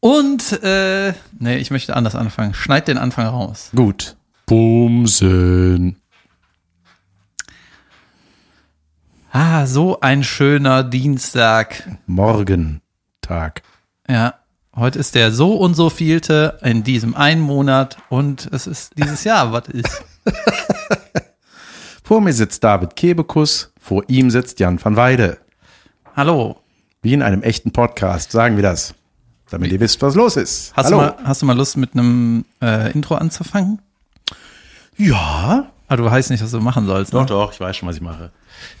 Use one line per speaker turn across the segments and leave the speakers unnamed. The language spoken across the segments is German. Und, äh, nee, ich möchte anders anfangen. Schneid den Anfang raus.
Gut. Bumsen.
Ah, so ein schöner Dienstag.
Morgen. Tag.
Ja, heute ist der so und so vielte in diesem einen Monat und es ist dieses Jahr, was ist.
Vor mir sitzt David Kebekus, vor ihm sitzt Jan van Weide.
Hallo.
Wie in einem echten Podcast, sagen wir das. Damit ihr wisst, was los ist.
Hast, du mal, hast du mal Lust, mit einem äh, Intro anzufangen?
Ja.
Aber du weißt nicht, was du machen sollst. Ne?
Doch, doch, ich weiß schon, was ich mache.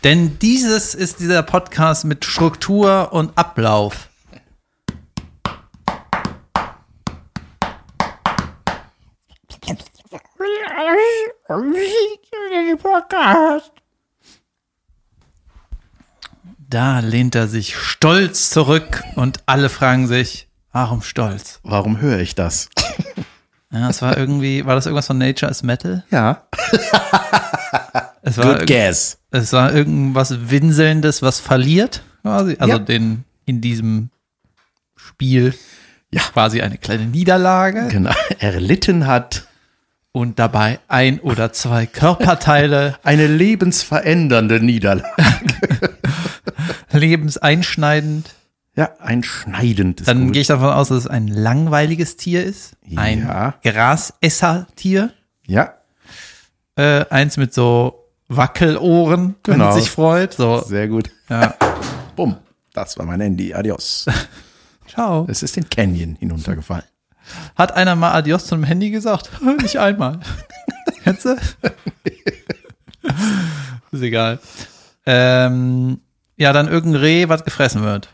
Denn dieses ist dieser Podcast mit Struktur und Ablauf. Da lehnt er sich stolz zurück und alle fragen sich, warum stolz?
Warum höre ich das?
Ja, es war irgendwie, war das irgendwas von Nature is Metal?
Ja. Äh,
Es war,
Good
irg-
guess.
es war irgendwas Winselndes, was verliert, quasi. Also
Ja.
den, in diesem Spiel
Ja.
quasi eine kleine Niederlage
Genau. Erlitten hat
und dabei ein oder zwei Körperteile
eine lebensverändernde Niederlage.
lebenseinschneidend.
Ja, ein schneidendes.
Dann
Gut.
gehe ich davon aus, dass es ein langweiliges Tier ist. Ein
Ja.
Grasesser-Tier.
Ja,
Äh, eins mit so Wackelohren, wenn
Genau.
es sich freut. So,
sehr gut.
ja.
Bumm. Das war mein Handy. Adios.
Ciao.
Es ist den Canyon hinuntergefallen.
Hat einer mal Adios zum Handy gesagt? Nicht einmal. Kennst du? Ist egal. Ähm, ja, dann irgendein Reh, was gefressen wird.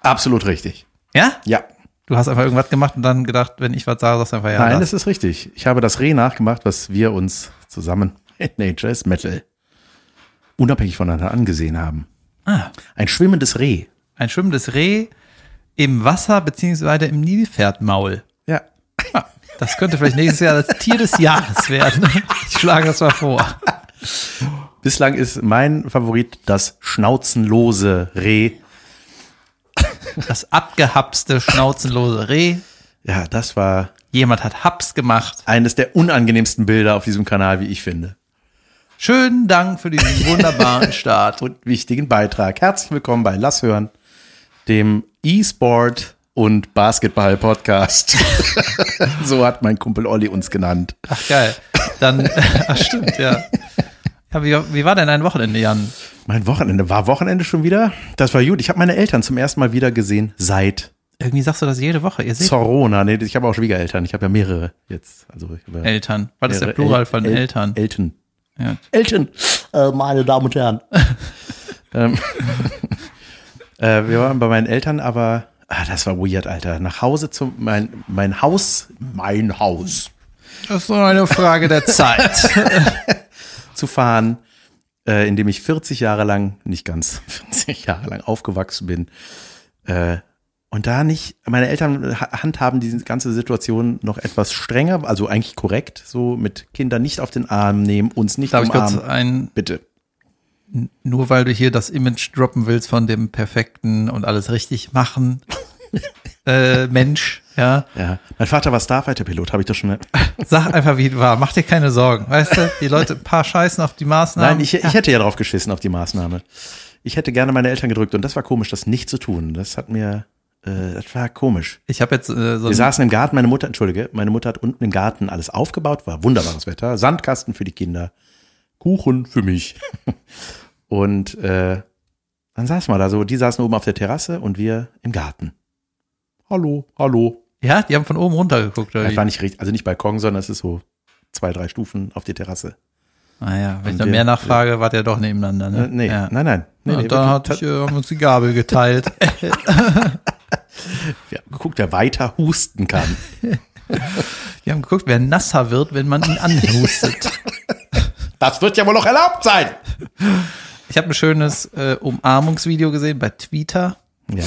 Absolut richtig.
Ja?
Ja.
Du hast einfach irgendwas gemacht und dann gedacht, wenn ich was sage, sagst du einfach ja.
Nein,
das.
das ist richtig. Ich habe das Reh nachgemacht, was wir uns zusammen in Nature is Metal unabhängig voneinander angesehen haben.
Ah.
Ein schwimmendes Reh.
Ein schwimmendes Reh im Wasser beziehungsweise im Nilpferdmaul.
Ja.
Das könnte vielleicht nächstes Jahr das Tier des Jahres werden. Ich schlage das mal vor.
Bislang ist mein Favorit das schnauzenlose Reh.
Das abgehapste, schnauzenlose Reh.
Ja, das war
Jemand hat Haps gemacht.
eines der unangenehmsten Bilder auf diesem Kanal, wie ich finde.
Schönen Dank für diesen wunderbaren Start.
Und wichtigen Beitrag. Herzlich willkommen bei Lass hören, dem E-Sport und Basketball Podcast. so hat mein Kumpel Olli uns genannt.
Ach geil. Dann, ach stimmt, ja. ja wie, wie war denn dein Wochenende, Jan?
Mein Wochenende war Wochenende schon wieder. Das war gut. Ich habe meine Eltern zum ersten Mal wieder gesehen seit
Irgendwie sagst du das jede Woche. Ihr seht
Corona. Nee, ich habe auch Schwiegereltern. Ich habe ja mehrere jetzt. Also ich habe ja
Eltern. Was ist der
mehrere
Plural
El-
von
El-
Eltern?
Eltern.
Ja.
Eltern, äh, meine Damen und Herren. ähm, äh, wir waren bei meinen Eltern, aber ah, das war weird, Alter. Nach Hause zum mein mein Haus, mein Haus
Das ist nur eine Frage der Zeit.
zu fahren, äh, in dem ich 40 Jahre lang, nicht ganz 40 Jahre lang aufgewachsen bin. Äh, und da nicht, meine Eltern ha- handhaben diese ganze Situation noch etwas strenger, also eigentlich korrekt, so mit Kindern nicht auf den Arm nehmen, uns nicht
Darf ich kurz äh,
umarmen.
ein,
Bitte.
nur weil du hier das Image droppen willst von dem perfekten und alles richtig machen äh, Mensch, ja,
Ja, mein Vater war Starfighter-Pilot, habe ich das schon.
Ah, sag einfach, wie es war. Mach dir keine Sorgen. Weißt du, die Leute ein paar Scheißen auf die Maßnahmen.
Nein, ich, ich hätte ja drauf geschissen auf die Maßnahme. Ich hätte gerne meine Eltern gedrückt und das war komisch, das nicht zu tun. Das hat mir, äh, das war komisch.
ich habe jetzt äh, so
Wir
ein
saßen im Garten, meine Mutter, entschuldige, meine Mutter hat unten im Garten alles aufgebaut, war wunderbares Wetter, Sandkasten für die Kinder, Kuchen für mich. Und äh, dann saßen wir da so, die saßen oben auf der Terrasse und wir im Garten. Hallo, hallo.
Ja, die haben von oben runter geguckt. Oder
Das
wie?
war nicht richtig, also nicht Balkon, sondern es ist so zwei, drei Stufen auf die Terrasse.
Ah ja, wenn ich
Und
da
wir-
mehr nachfrage, wart ihr doch nebeneinander, ne?
Äh, Nee,
Ja.
nein, nein. Nee,
und
nee,
dann
wirklich.
hat ich, äh, haben uns die Gabel geteilt.
Wir haben geguckt, wer weiter husten kann.
Wir haben geguckt, wer nasser wird, wenn man ihn anhustet.
Das wird ja wohl noch erlaubt sein.
Ich habe ein schönes äh, Umarmungsvideo gesehen bei Twitter.
Ja.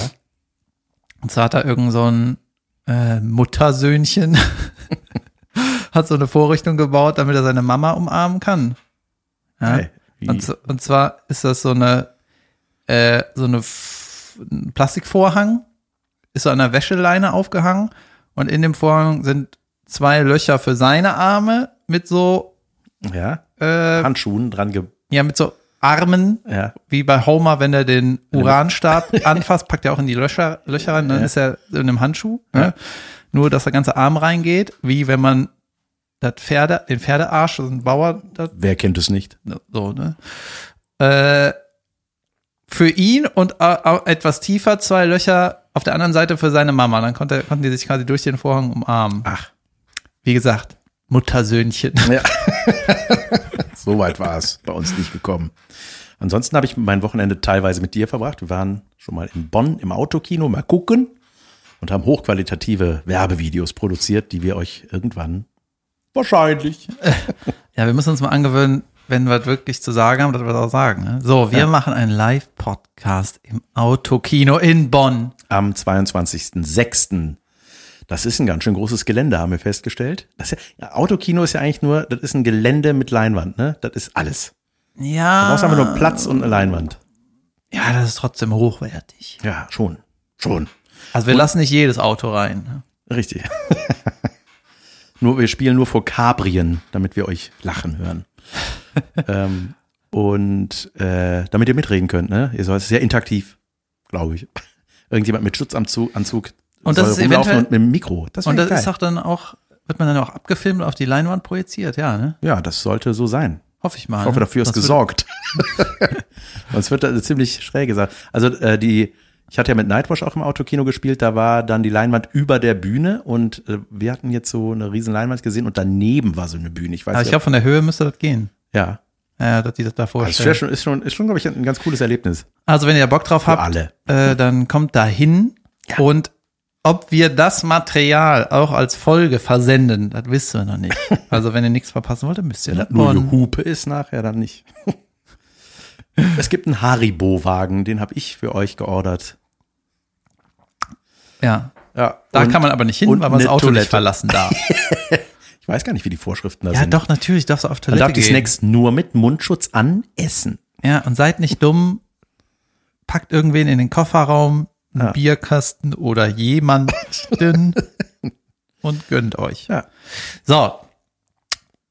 Und zwar hat da irgend so ein äh, Muttersöhnchen hat so eine Vorrichtung gebaut, damit er seine Mama umarmen kann. Ja?
Hey, wie-
und, z- und zwar ist das so eine äh, so eine F ein Plastikvorhang ist so an der Wäscheleine aufgehangen und in dem Vorhang sind zwei Löcher für seine Arme mit so,
Ja.
äh,
Handschuhen dran ge.
ja, mit so Armen,
Ja.
wie bei Homer, wenn er den Uranstab anfasst, packt er auch in die Löcher, Löcher rein, dann
Ja.
ist er in einem Handschuh. Ne? Nur, dass der ganze Arm reingeht, wie wenn man das Pferde, den Pferdearsch, so ein Bauer, das,
Wer kennt es nicht?
so, ne? Äh, für ihn und äh, äh, etwas tiefer zwei Löcher auf der anderen Seite für seine Mama. Dann konnte, konnten die sich quasi durch den Vorhang umarmen.
Ach.
Wie gesagt, Muttersöhnchen.
Ja. so weit war es bei uns nicht gekommen. Ansonsten habe ich mein Wochenende teilweise mit dir verbracht. Wir waren schon mal in Bonn im Autokino, mal gucken und haben hochqualitative Werbevideos produziert, die wir euch irgendwann wahrscheinlich.
Ja, wir müssen uns mal angewöhnen, wenn wir wirklich zu sagen haben, dass wir das auch sagen. Ne? So, wir machen einen Live-Podcast im Autokino in Bonn.
Am 22.06. Das ist ein ganz schön großes Gelände, haben wir festgestellt. Das, ist ja- ja, Autokino ist ja eigentlich nur, das ist ein Gelände mit Leinwand, ne? Das ist alles.
Ja.
Außer haben wir nur Platz und eine Leinwand.
Ja, das ist trotzdem hochwertig.
Ja, schon. Schon.
Also wir lassen nicht jedes Auto rein. ne?
Richtig. nur, wir spielen nur vor Kabrien, damit wir euch lachen hören. ähm, und äh, damit ihr mitreden könnt, ne? Ihr sollt sehr interaktiv, glaube ich. Irgendjemand mit Schutzanzug Anzug
Und das
soll
ist
rumlaufen
eventuell-
und mit dem Mikro. Das
Und
wär
das ist auch dann auch, wird man dann auch abgefilmt und auf die Leinwand projiziert, ja, ne?
ja, das sollte so sein.
Hoffe ich mal.
Ich hoffe,
ne?
dafür ist
Sonst wird-
gesorgt. Sonst wird da ziemlich schräg gesagt. Also äh, die, ich hatte ja mit Nightwash auch im Autokino gespielt, da war dann die Leinwand über der Bühne und äh, wir hatten jetzt so eine riesen Leinwand gesehen und daneben war so eine Bühne. Ich weiß
Aber Ah, also, ich
nicht,
glaube, von der Höhe müsste das gehen.
ob- ja.
Ja, dass die das da
Das ist
vorstellen.
schon, ist schon, ist schon glaube ich, ein ganz cooles Erlebnis.
Also wenn ihr Bock drauf
Für
habt,
alle.
äh, dann kommt da hin und ob wir das Material auch als Folge versenden, das wissen wir noch nicht. Also wenn ihr nichts verpassen wollt, dann müsst ihr
Wenn
nach
das nur eine
Bonn.
Hupe ist nachher, dann nicht. es gibt einen Haribo-Wagen, den habe ich für euch geordert.
Ja,
Ja,
da
und
kann man aber nicht hin,
und
weil man das
eine
Auto
Toilette.
nicht verlassen darf.
ich weiß gar nicht, wie die Vorschriften da
ja,
sind.
doch, natürlich, darfst du auf
Man
Toilette
darf die
gehen.
Snacks nur mit Mundschutz anessen.
Ja, und seid nicht dumm, packt irgendwen in den Kofferraum, einen
Ja.
Bierkasten oder jemanden und gönnt euch.
Ja.
So,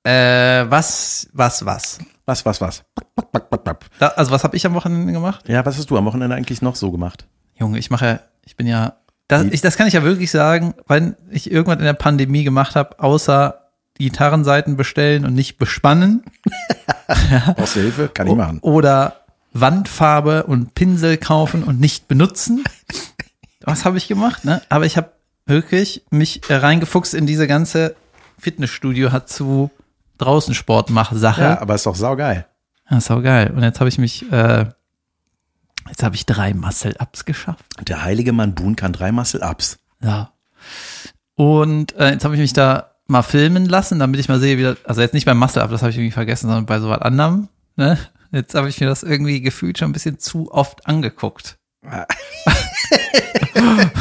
äh, was, was, was?
Was, was, was? Bap, bap, bap, bap.
Da, also was habe ich am Wochenende gemacht?
Ja, was hast du am Wochenende eigentlich noch so gemacht?
Junge, ich mache, ja- ich bin ja, das,
Wie-
ich, das kann ich ja wirklich sagen, wenn ich irgendwas in der Pandemie gemacht habe, außer die Gitarrenseiten bestellen und nicht bespannen
Brauchst du Hilfe? Kann ich machen.
oder Wandfarbe und Pinsel kaufen und nicht benutzen. Was habe ich gemacht? Ne? Aber ich habe wirklich mich äh, reingefuchst in diese ganze Fitnessstudio hat zu draußen Sport mach Sache.
Ja, aber ist doch saugeil.
Das ist auch geil. Und jetzt habe ich mich, äh, jetzt habe ich drei Muscle-Ups geschafft.
Der heilige Mann Boon kann drei Muscle-Ups.
Ja. Und äh, jetzt habe ich mich da mal filmen lassen, damit ich mal sehe, wie das, also jetzt nicht beim Muscle Up, das habe ich irgendwie vergessen, sondern bei so was anderem. Ne? Jetzt habe ich mir das irgendwie gefühlt schon ein bisschen zu oft angeguckt.
Ah.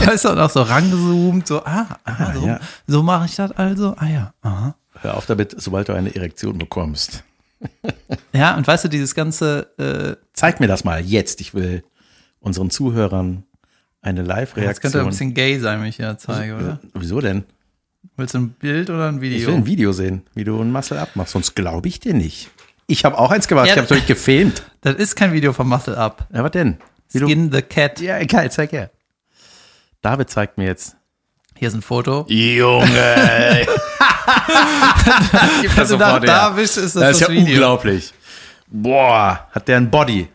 weißt du, und auch so rangezoomt, so, ah, ah so,
ja.
so mache ich das also, ah ja, aha.
Hör auf damit, sobald du eine Erektion bekommst.
Ja, und weißt du, dieses ganze, äh,
Zeig mir das mal jetzt. Ich will unseren Zuhörern
das könnte
eine
ein
Live-Reaktion.
bisschen gay sein, wenn ich hier zeige, oder?
Äh, Wieso denn?
Willst du ein Bild oder ein
Ich will
Video?
ein Video sehen, wie du ein Muscle-Up machst. Sonst glaube ich dir nicht. Ich habe auch eins gemacht.
Ja,
ich habe es
das-
euch gefilmt.
Das ist kein Video vom Muscle Up.
Ja, was denn? Wie du,
Skin the Cat.
ja, egal, zeig her. David zeigt mir jetzt.
Hier ist ein Foto.
Junge! Gib
Wenn
das
du da,
sofort
da
her.
bist, ist das
Das ist ja
das Video.
unglaublich. Boah, hat der einen Body.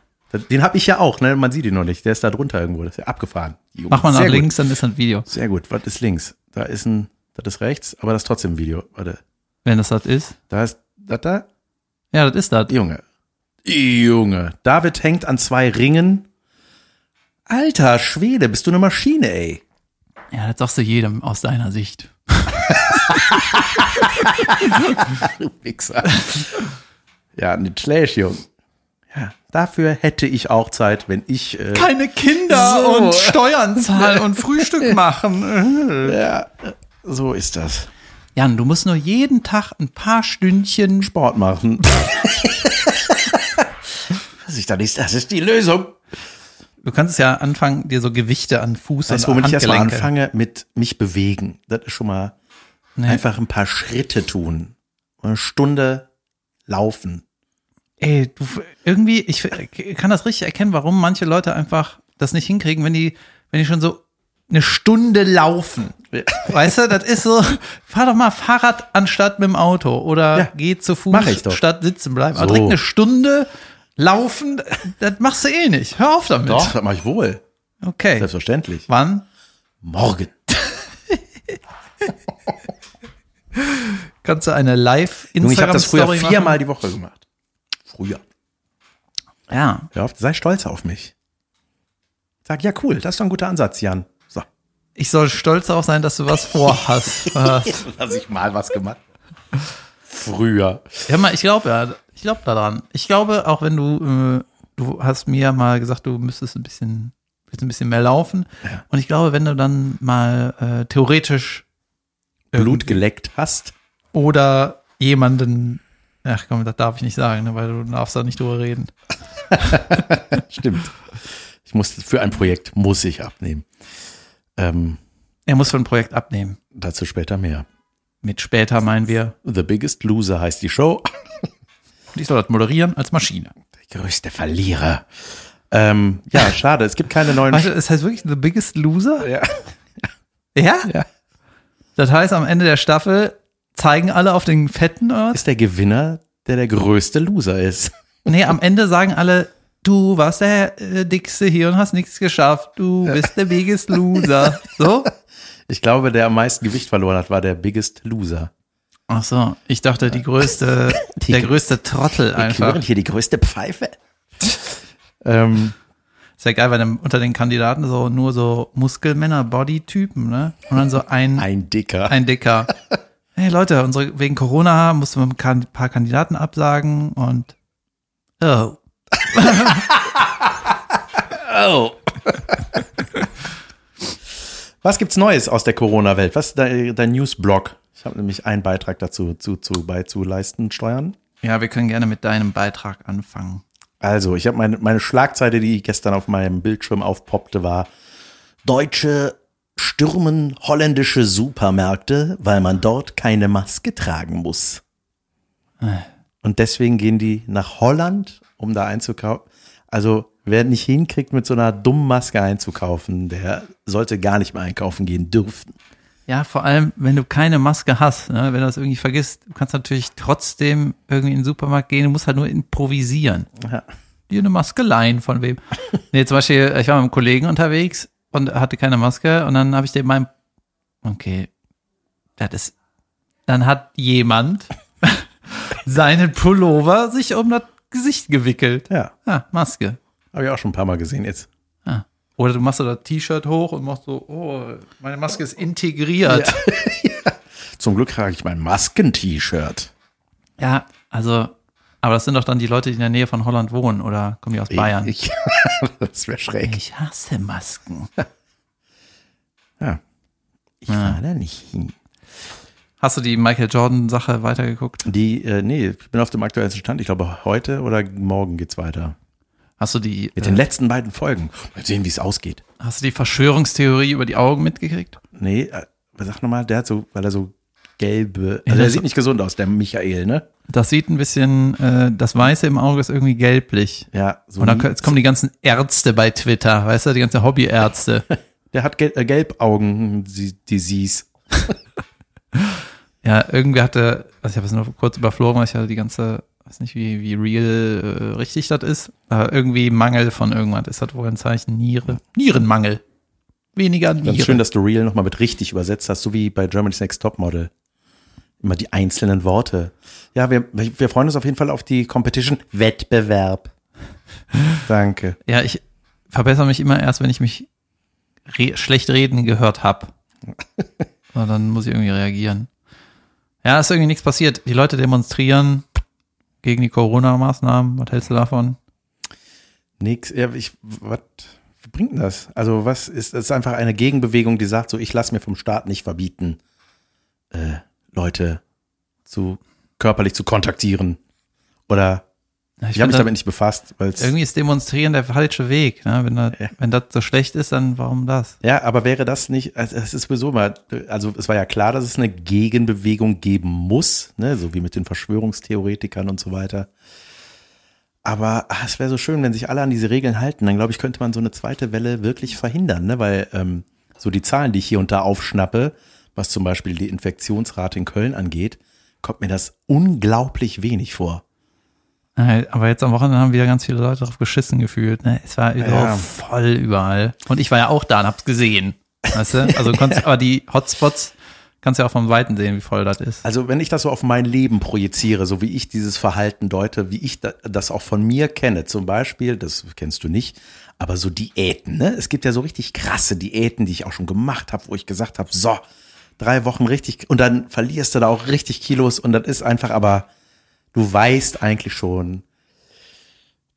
Den habe ich ja auch, ne? Man sieht ihn noch nicht. Der ist da drunter irgendwo. Das ist ja abgefahren. Junge,
Mach mal nach
sehr gut.
links, dann ist das Video.
Sehr gut. Was ist links? Da ist ein, das ist rechts, aber das ist trotzdem ein Video. Warte.
Wenn das das ist.
Da ist, das da?
Ja, das ist das.
Junge. Junge. David hängt an zwei Ringen. Alter Schwede, bist du eine Maschine, ey.
Ja, das sagst du jedem aus deiner Sicht.
Du Wichser. Ja, nicht schlecht, Jung. Ja, dafür hätte ich auch Zeit, wenn ich. Äh,
Keine Kinder
So.
und Steuern zahlen und Frühstück machen.
ja, so ist das.
Jan, du musst nur jeden Tag ein paar Stündchen.
Sport machen. Was ich da nicht, das ist die Lösung.
Du kannst ja anfangen, dir so Gewichte an Fuß
Das heißt,
und
womit ich erstmal
Handgelenke.
anfange, mit mich bewegen. Das ist schon mal
Nee.
einfach ein paar Schritte tun. Eine Stunde laufen.
Ey, du, irgendwie, ich f- kann das richtig erkennen, warum manche Leute einfach das nicht hinkriegen, wenn die, wenn die schon so eine Stunde laufen. Weißt du, das ist so, fahr doch mal Fahrrad anstatt mit dem Auto oder
Ja,
geh zu
mach ich
Fuß
doch.
statt sitzen bleiben. Aber
So.
direkt eine Stunde laufen, das machst du eh nicht. Hör auf damit.
das mache ich wohl.
Okay.
Selbstverständlich.
Wann
Morgen.
kannst du eine live
Junge, ich
instagram
habe das früher
story
viermal
machen?
die Woche gemacht. Früher.
Ja.
Hör auf, sei stolz auf mich. Sag, ja, cool, das ist doch ein guter Ansatz, Jan. So.
Ich soll stolz darauf sein, dass du was vorhast. Äh,
Dass ich mal was gemacht habe. Früher.
Ja, mal, ich glaube ja, ich glaube daran. Ich glaube, auch wenn du, äh, du hast mir mal gesagt, du müsstest ein bisschen, willst ein bisschen mehr laufen. Und ich glaube, wenn du dann mal äh, theoretisch
Blut geleckt hast.
oder jemanden, ach komm, das darf ich nicht sagen, ne, weil du darfst da nicht drüber reden.
Stimmt. Ich muss, für ein Projekt muss ich abnehmen. Ähm,
Er muss für ein Projekt abnehmen.
dazu später mehr.
Mit später meinen wir.
The Biggest Loser heißt die Show.
Und ich soll das moderieren als Maschine.
Der größte Verlierer. Ähm, ja, schade, es gibt keine neuen.
Weißt du, es heißt wirklich The Biggest Loser?
Ja.
Ja?
Ja.
Das heißt, am Ende der Staffel zeigen alle auf den Fetten oder was?
ist der Gewinner, der der größte Loser ist.
Nee, am Ende sagen alle, du warst der äh, Dickste hier und hast nichts geschafft. Du bist der biggest loser. So?
Ich glaube, der am meisten Gewicht verloren hat, war der Biggest Loser.
Ach so, ich dachte, die größte,
Die-
der größte Trottel einfach.
hier die größte Pfeife. ähm,
Ist ja geil, weil dann unter den Kandidaten so nur so Muskelmänner, Bodytypen, ne? Und dann so ein,
ein Dicker.
ein Dicker. Hey Leute, unsere, wegen Corona mussten wir ein kan- paar Kandidaten absagen und, oh.
Was gibt's Neues aus der Corona-Welt? Was ist dein, dein Newsblog? Ich habe nämlich einen Beitrag dazu zu, zu beizuleisten, steuern.
Ja, wir können gerne mit deinem Beitrag anfangen.
Also, ich habe meine, meine Schlagzeile, die gestern auf meinem Bildschirm aufpoppte, war Deutsche stürmen holländische Supermärkte, weil man dort keine Maske tragen muss. Und deswegen gehen die nach Holland, um da einzukaufen. Also, wer nicht hinkriegt, mit so einer dummen Maske einzukaufen, der sollte gar nicht mehr einkaufen gehen dürfen.
Ja, vor allem, wenn du keine Maske hast, ne? wenn du das irgendwie vergisst, du kannst natürlich trotzdem irgendwie in den Supermarkt gehen, du musst halt nur improvisieren.
Ja.
Dir eine Maske leihen von wem. nee, zum Beispiel, ich war mit einem Kollegen unterwegs und hatte keine Maske und dann habe ich dem meinem, okay, das ist, dann hat jemand seinen Pullover sich um das Gesicht gewickelt.
Ja,
Ja, Maske.
habe ich auch schon ein paar Mal gesehen jetzt.
Ja. Oder du machst so das T-Shirt hoch und machst so, oh, meine Maske ist integriert.
Zum Glück trage ich mein Masken-T-Shirt.
Ja, also, aber das sind doch dann die Leute, die in der Nähe von Holland wohnen oder kommen die aus Bayern?
Ich, das wäre schräg.
Ich hasse Masken.
Ja. Ich fahre da nicht hin.
Hast du die Michael Jordan-Sache weitergeguckt?
Die, äh, nee, ich bin auf dem aktuellsten Stand. Ich glaube, heute oder morgen geht's weiter.
Hast du die,
Mit den
äh,
letzten beiden Folgen. Mal sehen, wie es ausgeht.
hast du die Verschwörungstheorie über die Augen mitgekriegt?
Nee, äh, was sag nochmal, der hat so, weil er so gelbe,
Ja,
also der
das-
sieht nicht gesund aus, der Michael, ne?
Das sieht ein bisschen, äh, das Weiße im Auge ist irgendwie gelblich.
Ja, so.
Und dann
nie-
kö- jetzt kommen die ganzen Ärzte bei Twitter, weißt du, die ganzen Hobbyärzte.
der hat gel äh, Gelbaugen, die, die sie's.
Ja, irgendwie hatte, also ich habe es nur kurz überflogen, weil ich ja die ganze, weiß nicht, wie, wie real äh, richtig das ist, aber irgendwie Mangel von irgendwas ist das wohl ein Zeichen Niere. Nierenmangel. Weniger
Ganz
Niere.
schön, dass du Real nochmal mit richtig übersetzt hast, so wie bei Germany's Next Topmodel. Immer die einzelnen Worte. Ja, wir, wir freuen uns auf jeden Fall auf die Competition. Wettbewerb. Danke.
Ja, ich verbessere mich immer erst, wenn ich mich re schlecht reden gehört hab. So, dann muss ich irgendwie reagieren. Ja, ist irgendwie nichts passiert. Die Leute demonstrieren gegen die Corona-Maßnahmen. Was hältst du davon?
Nix. Ja, ich, was bringt denn das? Also, was ist, das ist einfach eine Gegenbewegung, die sagt so, ich lasse mir vom Staat nicht verbieten, äh, Leute zu körperlich zu kontaktieren oder Ich, habe mich damit nicht befasst, weil es.
Irgendwie ist demonstrieren der falsche Weg. Ne? Wenn, da,
Ja.
wenn das so schlecht ist, dann warum das?
Ja, aber wäre das nicht, also es ist sowieso mal, also es war ja klar, dass es eine Gegenbewegung geben muss, ne, so wie mit den Verschwörungstheoretikern und so weiter. Aber ah, es wäre so schön, wenn sich alle an diese Regeln halten, dann glaube ich, könnte man so eine zweite Welle wirklich verhindern, ne, weil ähm, so die Zahlen, die ich hier und da aufschnappe, was zum Beispiel die Infektionsrate in Köln angeht, kommt mir das unglaublich wenig vor.
Äh, Aber jetzt am Wochenende haben wieder ganz viele Leute drauf geschissen gefühlt. Ne? Es war überall
Ja.
voll überall. Und ich war ja auch da und hab's gesehen. Weißt du? Also konntest, aber die Hotspots kannst du ja auch vom Weiten sehen, wie voll das ist.
Also wenn ich das so auf mein Leben projiziere, so wie ich dieses Verhalten deute, wie ich da, das auch von mir kenne, zum Beispiel, das kennst du nicht, aber so Diäten, ne? Es gibt ja so richtig krasse Diäten, die ich auch schon gemacht habe, wo ich gesagt habe, so, drei Wochen richtig, und dann verlierst du da auch richtig Kilos und das ist einfach, aber du weißt eigentlich schon,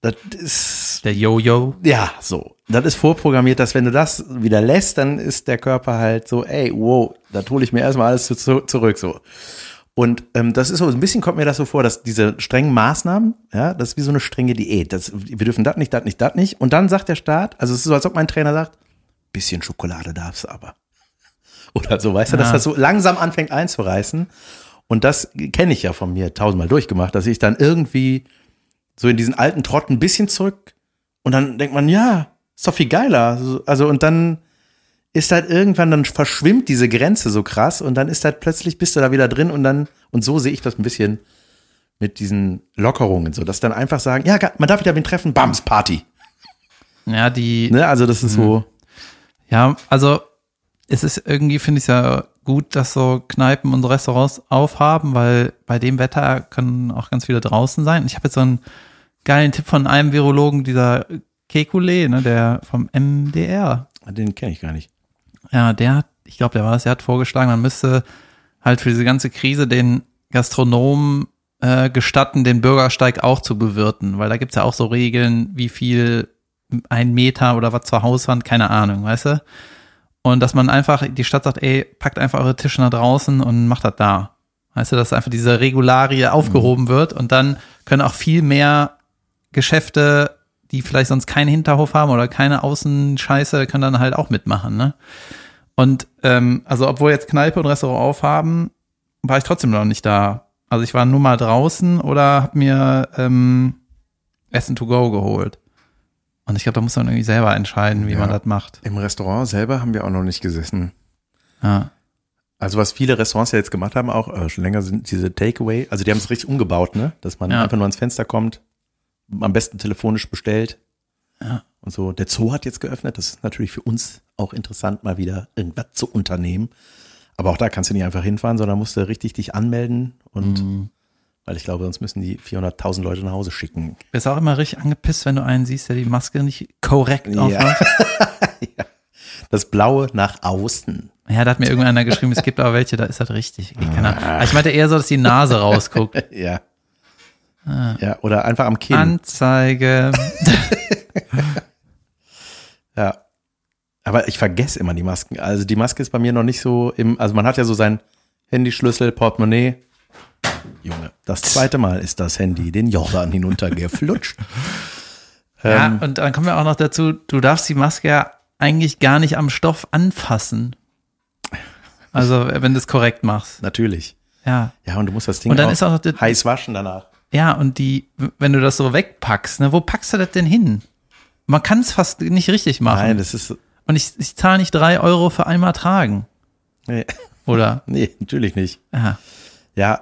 das ist
Der Jojo.
ja, so. Das ist vorprogrammiert, dass wenn du das wieder lässt, dann ist der Körper halt so, ey, wow, da hole ich mir erstmal alles zu, zu, zurück, so. Und ähm, das ist so, ein bisschen kommt mir das so vor, dass diese strengen Maßnahmen, ja, das ist wie so eine strenge Diät. Das, wir dürfen das nicht, das nicht, das nicht. Und dann sagt der Staat, also es ist so, als ob mein Trainer sagt, bisschen Schokolade darfst du aber. Oder so, weißt du, dass
Ja.
das so langsam anfängt einzureißen. Und das kenne ich ja von mir tausendmal durchgemacht, dass ich dann irgendwie so in diesen alten Trott ein bisschen zurück und dann denkt man, ja, ist doch viel geiler. So, Also und dann ist halt irgendwann, dann verschwimmt diese Grenze so krass und dann ist halt plötzlich, bist du da wieder drin und dann, und so sehe ich das ein bisschen mit diesen Lockerungen, so dass dann einfach sagen, ja, man darf wieder wen treffen, Bams, Party.
Ja, die,
Ne? Also das ist so,
Ja, also es ist irgendwie, finde ich es ja gut, dass so Kneipen und Restaurants aufhaben, weil bei dem Wetter können auch ganz viele draußen sein. Und Ich habe jetzt so einen geilen Tipp von einem Virologen, dieser Kekulé, ne, der vom MDR.
den kenne ich gar nicht.
Ja, der hat, ich glaube, der war das, der hat vorgeschlagen, man müsste halt für diese ganze Krise den Gastronomen äh, gestatten, den Bürgersteig auch zu bewirten, weil da gibt's ja auch so Regeln, wie viel ein Meter oder was zur Hauswand, keine Ahnung, weißt du? Und dass man einfach, die Stadt sagt, ey, packt einfach eure Tische nach draußen und macht das da. Weißt du, dass einfach diese Regularie aufgehoben wird und dann können auch viel mehr Geschäfte, die vielleicht sonst keinen Hinterhof haben oder keine Außenscheiße, können dann halt auch mitmachen, ne? Und ähm, also obwohl jetzt Kneipe und Restaurant aufhaben, war ich trotzdem noch nicht da. Also ich war nur mal draußen oder hab mir ähm, Essen to go geholt. Und ich glaube, da muss man irgendwie selber entscheiden, wie
Ja.
man das macht.
Im Restaurant selber haben wir auch noch nicht gesessen.
Ja.
Also was viele Restaurants ja jetzt gemacht haben, auch äh, schon länger sind diese Takeaway, also die haben es richtig umgebaut, ne? Dass man
Ja.
einfach nur ans Fenster kommt, am besten telefonisch bestellt.
Ja.
Und so, der Zoo hat jetzt geöffnet, das ist natürlich für uns auch interessant, mal wieder irgendwas zu unternehmen. Aber auch da kannst du nicht einfach hinfahren, sondern musst du richtig dich anmelden und
Mhm.
weil ich glaube, sonst müssen die 400.000 Leute nach Hause schicken.
Bist auch immer richtig angepisst, wenn du einen siehst, der die Maske nicht korrekt
Ja.
aufmacht.
Das Blaue nach außen.
Ja, da hat mir irgendeiner geschrieben, es gibt aber welche, da ist das richtig. Ich, keine Ahnung.
Ah.
Aber ich meinte eher so, dass die Nase rausguckt.
Ja.
Ah.
Ja, oder einfach am Kinn.
Anzeige.
Ja. Aber ich vergesse immer die Masken. Also die Maske ist bei mir noch nicht so im. Also man hat ja so sein Handyschlüssel, Portemonnaie. Junge, das zweite Mal ist das Handy den Jordan hinuntergeflutscht. Ähm.
Ja, und dann kommen wir auch noch dazu, du darfst die Maske ja eigentlich gar nicht am Stoff anfassen. Also, wenn du es korrekt machst.
Natürlich.
Ja.
Ja, und du musst das Ding
Und dann ist auch noch das-
heiß waschen danach.
Ja, und die, wenn du das so wegpackst, ne, wo packst du das denn hin? Man kann es fast nicht richtig machen.
Nein, das ist.
Und ich, ich zahle nicht drei Euro für einmal tragen.
Nee,
Oder?
nee, natürlich nicht.
Ja.
Ja.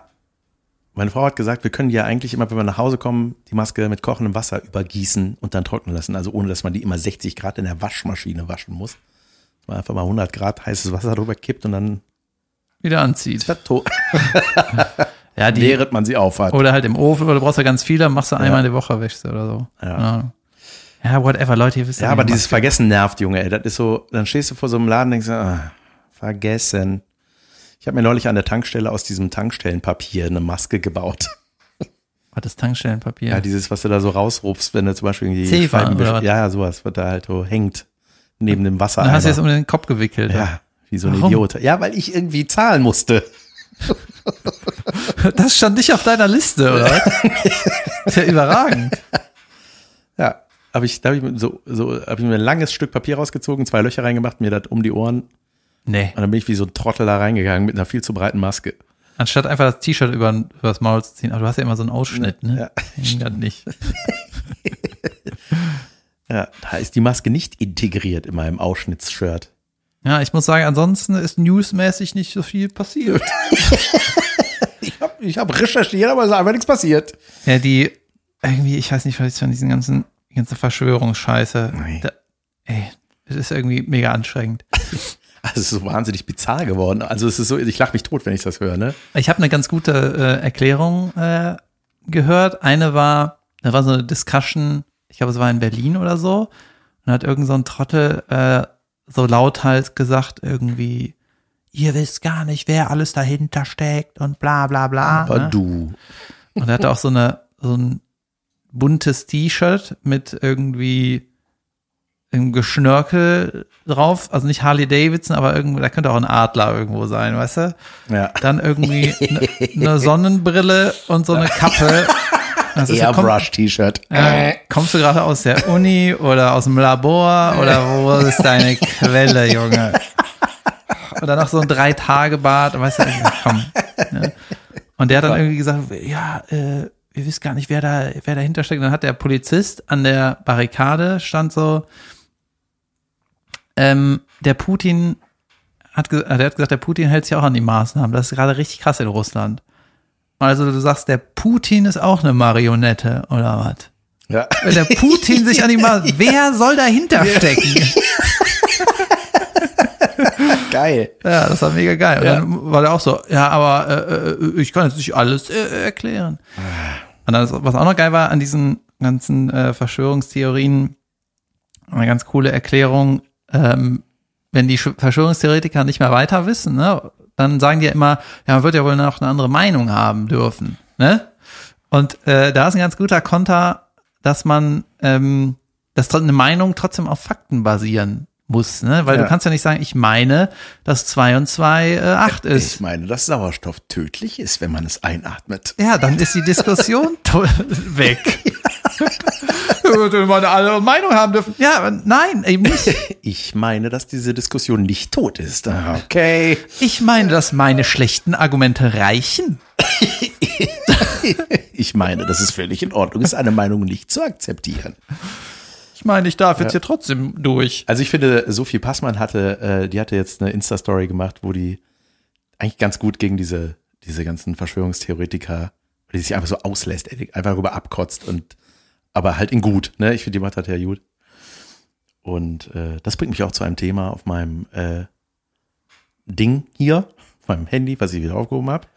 Meine Frau hat gesagt, wir können die ja eigentlich immer, wenn wir nach Hause kommen, die Maske mit kochendem Wasser übergießen und dann trocknen lassen. Also ohne, dass man die immer 60 Grad in der Waschmaschine waschen muss. Dass man einfach mal 100 Grad heißes Wasser drüber kippt und dann
Wieder anzieht.
Tattoo.
Ja, die.
Während man sie aufhat.
Oder halt im Ofen, oder du brauchst ja ganz viele, machst du einmal in die Woche, wäschst du oder so.
Ja.
Ja, ja whatever, Leute, ihr wisst
Ja,
wie
aber
man
dieses Vergessen nervt, Junge, ey. Das ist so, dann stehst du vor so einem Laden und denkst, ah, vergessen. Ich habe mir neulich an der Tankstelle aus diesem Tankstellenpapier eine Maske gebaut.
macht. Hat das Tankstellenpapier.
Ja, dieses, was du da so rausrupfst, wenn du zum Beispiel irgendwie
Zewa
Scheiben-
oder was?
Ja, ja, sowas, was da halt so hängt. Neben dem Wasser.
Dann hast du jetzt um den Kopf gewickelt.
ja, wie so ein
Warum?
Idiot. Ja, weil ich irgendwie zahlen musste.
Das stand nicht auf deiner Liste, oder? Ist ja überragend.
Ja, habe ich, da hab ich mir so, so, hab ich mir ein langes Stück Papier rausgezogen, zwei Löcher reingemacht, mir das um die Ohren.
Nee.
Und dann bin ich wie so ein Trottel da reingegangen mit einer viel zu breiten Maske.
Anstatt einfach das T-Shirt über, übers Maul zu ziehen. Aber du hast ja immer so einen Ausschnitt, ne?
Ja.
Ging dann nicht.
Ja, da ist die Maske nicht integriert in meinem Ausschnittsshirt.
Ja, ich muss sagen, ansonsten ist newsmäßig nicht so viel passiert.
Ich habe ich hab recherchiert, aber es ist einfach nichts passiert.
ja, die, irgendwie, ich weiß nicht, was ich von diesen ganzen, die ganze Verschwörungsscheiße.
Nee.
Da, ey, das ist irgendwie mega anstrengend.
Also es ist so wahnsinnig bizarr geworden. Also es ist so, ich lache mich tot, wenn ich das höre, ne?
Ich habe eine ganz gute äh, Erklärung äh, gehört. Eine war, da war so eine Discussion, ich glaube, es war in Berlin oder so. Und da hat irgend so ein Trottel äh, so lauthals gesagt, irgendwie, ihr wisst gar nicht, wer alles dahinter steckt und bla bla bla.
Aber
ne?
du.
Und er hatte auch so eine so ein buntes T-Shirt mit irgendwie einem Geschnörkel drauf, also nicht Harley Davidson, aber irgendwo, da könnte auch ein Adler irgendwo sein, weißt du?
Ja.
Dann irgendwie eine ne Sonnenbrille und so eine Kappe. Also Das
Also,
ist ja kom-
Airbrush-T-Shirt.
ja, Äh, kommst du gerade aus der Uni oder aus dem Labor oder wo ist deine Quelle, Junge? Und dann noch so ein Drei-Tage-Bad, weißt du, irgendwie, komm. Ne? Und der hat dann irgendwie gesagt, ja, äh, ihr wisst gar nicht, wer da, wer dahinter steckt. Dann hat der Polizist an der Barrikade stand so, ähm, der Putin hat, ge- äh, der hat gesagt, der Putin hält sich auch an die Maßnahmen. Das ist gerade richtig krass in Russland. Also du sagst, der Putin ist auch eine Marionette oder was?
Ja.
Wenn der Putin sich an die Maß. Wer soll dahinter stecken?
Geil.
Ja, das war mega geil. Und
Ja.
dann war der auch so, ja, aber äh, äh, ich kann jetzt nicht alles äh, erklären. Und dann, was auch noch geil war an diesen ganzen äh, Verschwörungstheorien, eine ganz coole Erklärung, ähm, wenn die Sch- Verschwörungstheoretiker nicht mehr weiter wissen, ne, dann sagen die ja immer, ja, man wird ja wohl noch eine andere Meinung haben dürfen. Ne? Und äh, da ist ein ganz guter Konter, dass man ähm, dass tro- eine Meinung trotzdem auf Fakten basieren muss, ne? Weil
Ja.
du kannst ja nicht sagen, ich meine, dass zwei und zwei äh, acht
Ich
ist.
meine, dass Sauerstoff tödlich ist, wenn man es einatmet.
Ja, dann ist die Diskussion to- weg. Würde man eine andere Meinung haben dürfen. Ja, aber nein, eben nicht.
Ich meine, dass diese Diskussion nicht tot ist. Ah, Okay.
Ich meine, dass meine schlechten Argumente reichen.
Ich meine, dass es völlig in Ordnung ist, eine Meinung nicht zu akzeptieren.
Ich meine, ich darf jetzt hier trotzdem durch.
Also ich finde, Sophie Passmann hatte, äh, die hatte jetzt eine Insta-Story gemacht, wo die eigentlich ganz gut gegen diese, diese ganzen Verschwörungstheoretiker, die sich einfach so auslässt, ey, einfach darüber abkotzt und aber halt in gut, ne? Ich finde, die macht das ja gut. Und äh, das bringt mich auch zu einem Thema auf meinem äh, Ding hier, auf meinem Handy, was ich wieder aufgehoben habe.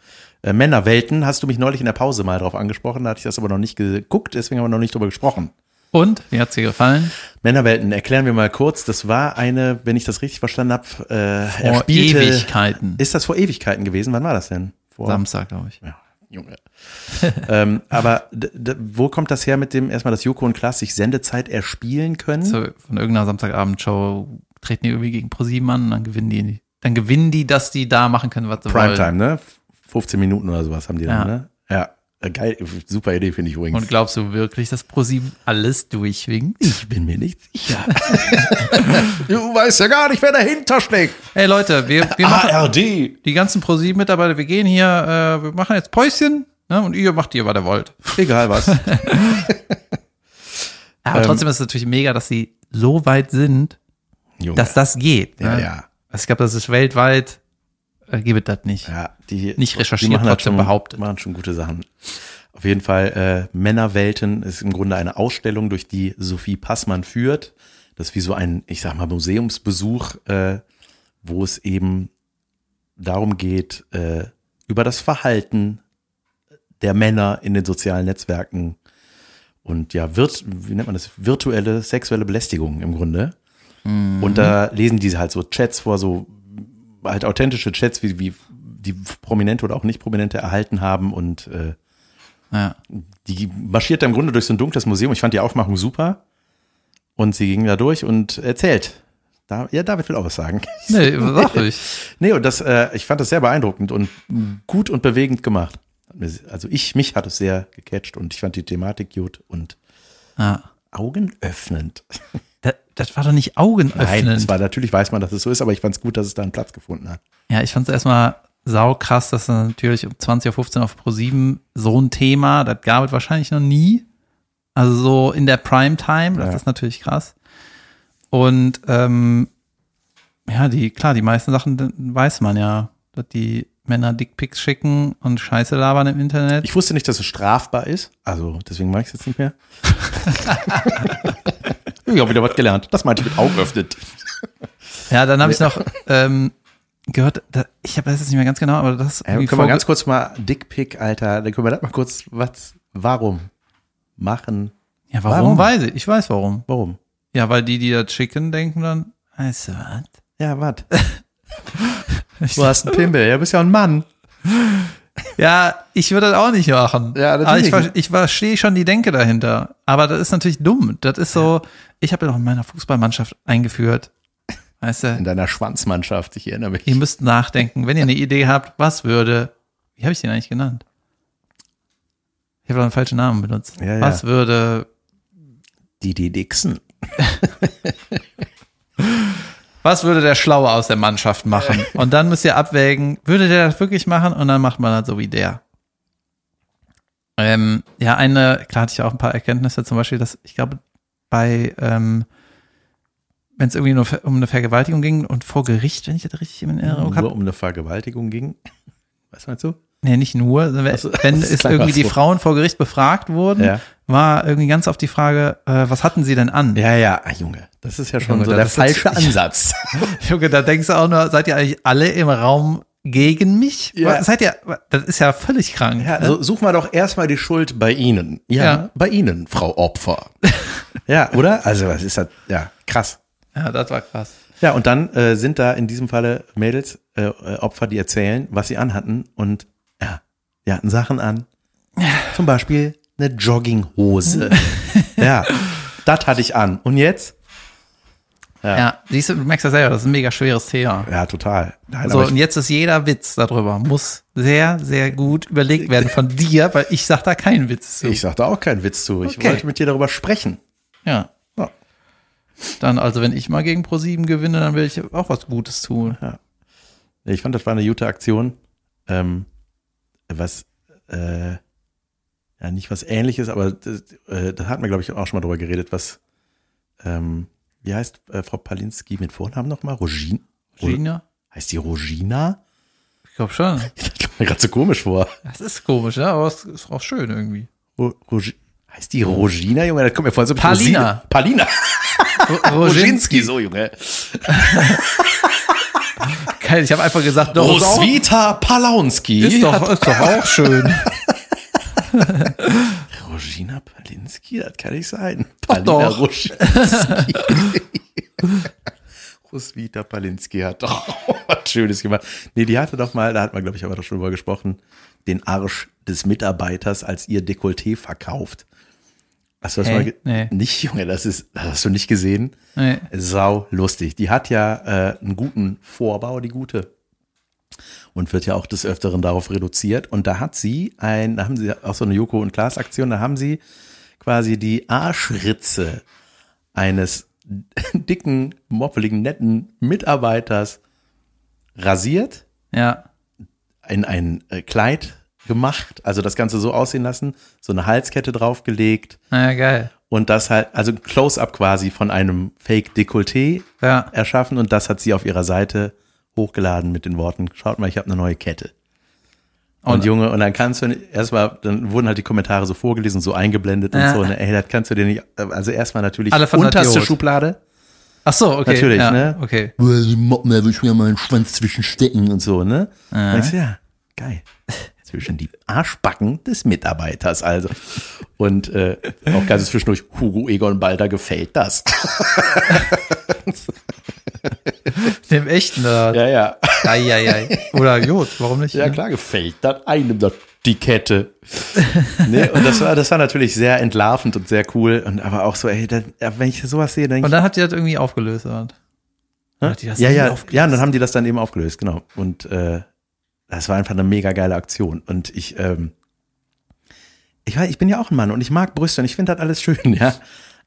Äh, Männerwelten, hast du mich neulich in der Pause mal drauf angesprochen, da hatte ich das aber noch nicht geguckt, deswegen haben wir noch nicht drüber gesprochen.
Und? Wie hat's dir gefallen?
Männerwelten, erklären wir mal kurz. Das war eine, wenn ich das richtig verstanden habe, äh,
Vor
erspielte-
Oh, Ewigkeiten.
Ist das vor Ewigkeiten gewesen? Wann war das denn? Vor
Samstag, glaube ich.
Ja, Junge. ähm, aber d- d- wo kommt das her mit dem erstmal, dass Joko und Klaas sich Sendezeit erspielen können?
So, von irgendeiner Samstagabendshow treten die irgendwie gegen ProSieben an und dann gewinnen die. Dann gewinnen die, dass die da machen können, was sie wollen.
Primetime, ne? 15 Minuten oder sowas haben die dann,
Ja.
ne? Ja. Äh, Geil, super Idee, finde ich übrigens.
Und glaubst du wirklich, dass ProSieben alles durchwinkt?
ich bin mir nicht sicher. du weißt ja gar nicht, wer dahinter steckt.
Ey Leute, wir, wir machen
ARD.
die ganzen ProSieben-Mitarbeiter, wir gehen hier, äh, wir machen jetzt Päuschen ne, und ihr macht hier, was ihr wollt.
Egal was.
Aber
Ähm.
trotzdem ist es natürlich mega, dass sie so weit sind,
Junge.
dass das geht.
ja,
ne?
ja.
Also ich glaube, das ist weltweit, äh, gibt es das nicht.
Ja, die
Nicht recherchiert,
die machen das
trotzdem
schon,
behauptet.
Machen schon gute Sachen. Auf jeden Fall, äh, Männerwelten ist im Grunde eine Ausstellung, durch die Sophie Passmann führt. Das ist wie so ein, ich sag mal, Museumsbesuch, äh, wo es eben darum geht, äh, über das Verhalten der Männer in den sozialen Netzwerken und ja, virt, wie nennt man das? Virtuelle sexuelle Belästigung im Grunde.
Mhm.
Und da lesen diese halt so Chats vor, so halt authentische Chats, wie, wie die Prominente oder auch nicht Prominente erhalten haben und äh,
Ja.
die marschiert da im Grunde durch so ein dunkles Museum. Ich fand die Aufmachung super. Und sie ging da durch und erzählt Da, ja, David will auch was sagen.
Nee, sag ich.
Nee, und das, äh, ich fand das sehr beeindruckend und gut und bewegend gemacht. Hat mir se- Also ich, mich hat es sehr gecatcht und ich fand die Thematik gut und
Ah,
augenöffnend.
das, das war doch nicht Augen
Nein,
öffnen.
es war natürlich weiß man, dass es so ist, aber ich fand es gut, dass es da einen Platz gefunden hat.
Ja, ich fand es erstmal saukrass, dass dann natürlich um 20.15 Uhr auf Pro7 so ein Thema, das gab es wahrscheinlich noch nie. Also so in der Primetime, das
Ja.
ist natürlich krass. Und ähm, ja, die, klar, die meisten Sachen d- weiß man ja, dass die Männer Dickpics schicken und Scheiße labern im Internet.
Ich wusste nicht, dass es strafbar ist, also deswegen mache ich es jetzt nicht mehr. ich habe wieder was gelernt. Das meinte ich mit augenöffnend.
ja, dann habe ich noch ähm, gehört, da, ich habe das jetzt nicht mehr ganz genau, aber das
Ja,
irgendwie
Äh, können wir
vorge-
ganz kurz mal Dickpick, Alter, dann können wir das mal kurz, was, warum machen,
ja, warum,
Warum?
weiß ich? Ich weiß warum.
warum?
Ja, weil die, die das schicken, denken dann, weißt du was?
Ja, was? Du hast einen Pimmel, ja, bist ja ein Mann.
Ja, ich würde das auch nicht machen.
Ja, natürlich
Aber ich, ver
nicht.
ich verstehe schon die Denke dahinter. Aber das ist natürlich dumm. Das ist so, ich habe ja noch in meiner Fußballmannschaft eingeführt. Weißt
In
du,
deiner Schwanzmannschaft, ich erinnere mich.
ihr müsst nachdenken, wenn ihr eine Idee habt, was würde, wie habe ich den eigentlich genannt? Ich habe doch einen falschen Namen benutzt.
Ja, ja.
Was würde,
Die, die Dixon.
was würde der Schlaue aus der Mannschaft machen? Und dann müsst ihr abwägen, würde der das wirklich machen? Und dann macht man das so wie der. Ähm, ja, eine, klar hatte ich auch ein paar Erkenntnisse, zum Beispiel, dass ich glaube, bei, ähm, wenn es irgendwie nur ver- um eine Vergewaltigung ging und vor Gericht, wenn ich das richtig in Erinnerung habe,
Nur um eine Vergewaltigung ging. Was meinst du?
nee, nicht nur, Also, wenn,
so,
wenn
das
es
klang
irgendwie
auch so.
die Frauen vor Gericht befragt wurden,
Ja.
war irgendwie ganz oft die Frage, äh, was hatten sie denn an?
Ja, ja, ah, Junge, das ist ja schon
Junge,
so
das
der
ist jetzt-
falsche Ansatz.
Junge, da denkst du auch nur, seid ihr eigentlich alle im Raum gegen mich?
Ja.
Was, seid ihr, das ist ja völlig krank.
Ja,
ne?
also such mal doch erstmal die Schuld bei Ihnen. Ja,
Ja.
bei Ihnen, Frau Opfer. ja, oder? Also, was ist das? Ja, krass.
ja, das war krass.
Ja, und dann äh, sind da in diesem Falle Mädels, äh, äh, Opfer, die erzählen, was sie anhatten. Und ja, die hatten Sachen an. Zum Beispiel eine Jogginghose. ja, das hatte ich an. Und jetzt?
Ja. siehst du, du merkst ja selber, das ist ein mega schweres Thema.
Ja, total. Nein,
So,
aber ich-
und jetzt ist jeder Witz darüber, muss sehr, sehr gut überlegt werden von dir, weil ich sag da keinen Witz zu.
Ich sagte auch keinen Witz zu. Ich
Okay.
wollte mit dir darüber sprechen.
ja.
Ja.
Dann, also, wenn ich mal gegen Pro7 gewinne, dann will ich auch was Gutes tun.
Ich fand, das war eine gute Aktion. Ähm, was, äh, ja, nicht was ähnliches, aber das, äh, da hatten wir, glaube ich, auch schon mal drüber geredet, was, ähm, wie heißt äh, Frau Palinski mit Vornamen nochmal? Rogin?
Gina?
Heißt die Rogina?
Ich glaube schon.
Das kommt mir gerade so komisch vor.
Das ist komisch, ne? aber es ist auch schön irgendwie.
Ro Rogi heißt die Rogina, Junge? Das kommt mir voll so mit
Palina.
Rosine- Palina. Roginski, so, Junge.
Geil, ich habe einfach gesagt, doch, ist auch-
Roswitha Palaunski.
Ist doch, ist doch auch schön.
Rogina Palinski, das kann nicht sein.
doch.
Roginski. Roswitha Palinski hat doch was Schönes gemacht. Nee, die hatte doch mal, da hat man, glaube ich, aber doch schon drüber gesprochen, den Arsch des Mitarbeiters als ihr Dekolleté verkauft. Hast du das
Hä?
mal ge-
Nee.
Nicht, Junge, das ist, das hast du nicht gesehen?
Nee.
Sau lustig. Die hat ja äh, einen guten Vorbau, die gute. Und wird ja auch des Öfteren darauf reduziert. Und da hat sie ein, da haben sie auch so eine Joko und Klaas Aktion, da haben sie quasi die Arschritze eines dicken, moppeligen, netten Mitarbeiters rasiert
Ja.
in ein äh, Kleid gemacht, also das Ganze so aussehen lassen, so eine Halskette draufgelegt
Naja, geil.
und das halt, also ein Close-up quasi von einem Fake-Dekolleté
Ja.
erschaffen und das hat sie auf ihrer Seite hochgeladen mit den Worten, schaut mal, ich habe eine neue Kette. Und,
Und-
Junge, und dann kannst du erstmal, dann wurden halt die Kommentare so vorgelesen, so eingeblendet
Ja.
und so, ne, ey, das kannst du dir nicht, also erstmal natürlich
Alle fanden das
unterste
Idiot.
Schublade
Ach so, okay.
Natürlich,
ja,
ne?
Okay.
Boah, die Moppen, da will ich mir meinen Schwanz zwischenstecken und so, ne?
Aha.
Denkst du, ja, geil. Zwischen die Arschbacken des Mitarbeiters, also. Und äh, auch ganz zwischendurch, Hugo Egon Balder gefällt das.
Dem echten Nerd.
Ja, ja.
Ei, ei, ei. Oder Jod, warum nicht?
Ja,
ne?
klar, gefällt dann einem das die Kette. nee, und das war, das war natürlich sehr entlarvend und sehr cool. Und aber auch so, ey, dann, wenn ich sowas sehe, dann
Und dann habt ihr das irgendwie aufgelöst. Oder? Oder
Ne?
hat die das
ja,
nie
ja,
aufgelöst?
ja, und dann haben die das dann eben aufgelöst, genau. Und äh, das war einfach eine mega geile Aktion. Und ich, ähm, ich, weiß, ich bin ja auch ein Mann und ich mag Brüste und ich finde das alles schön, ja.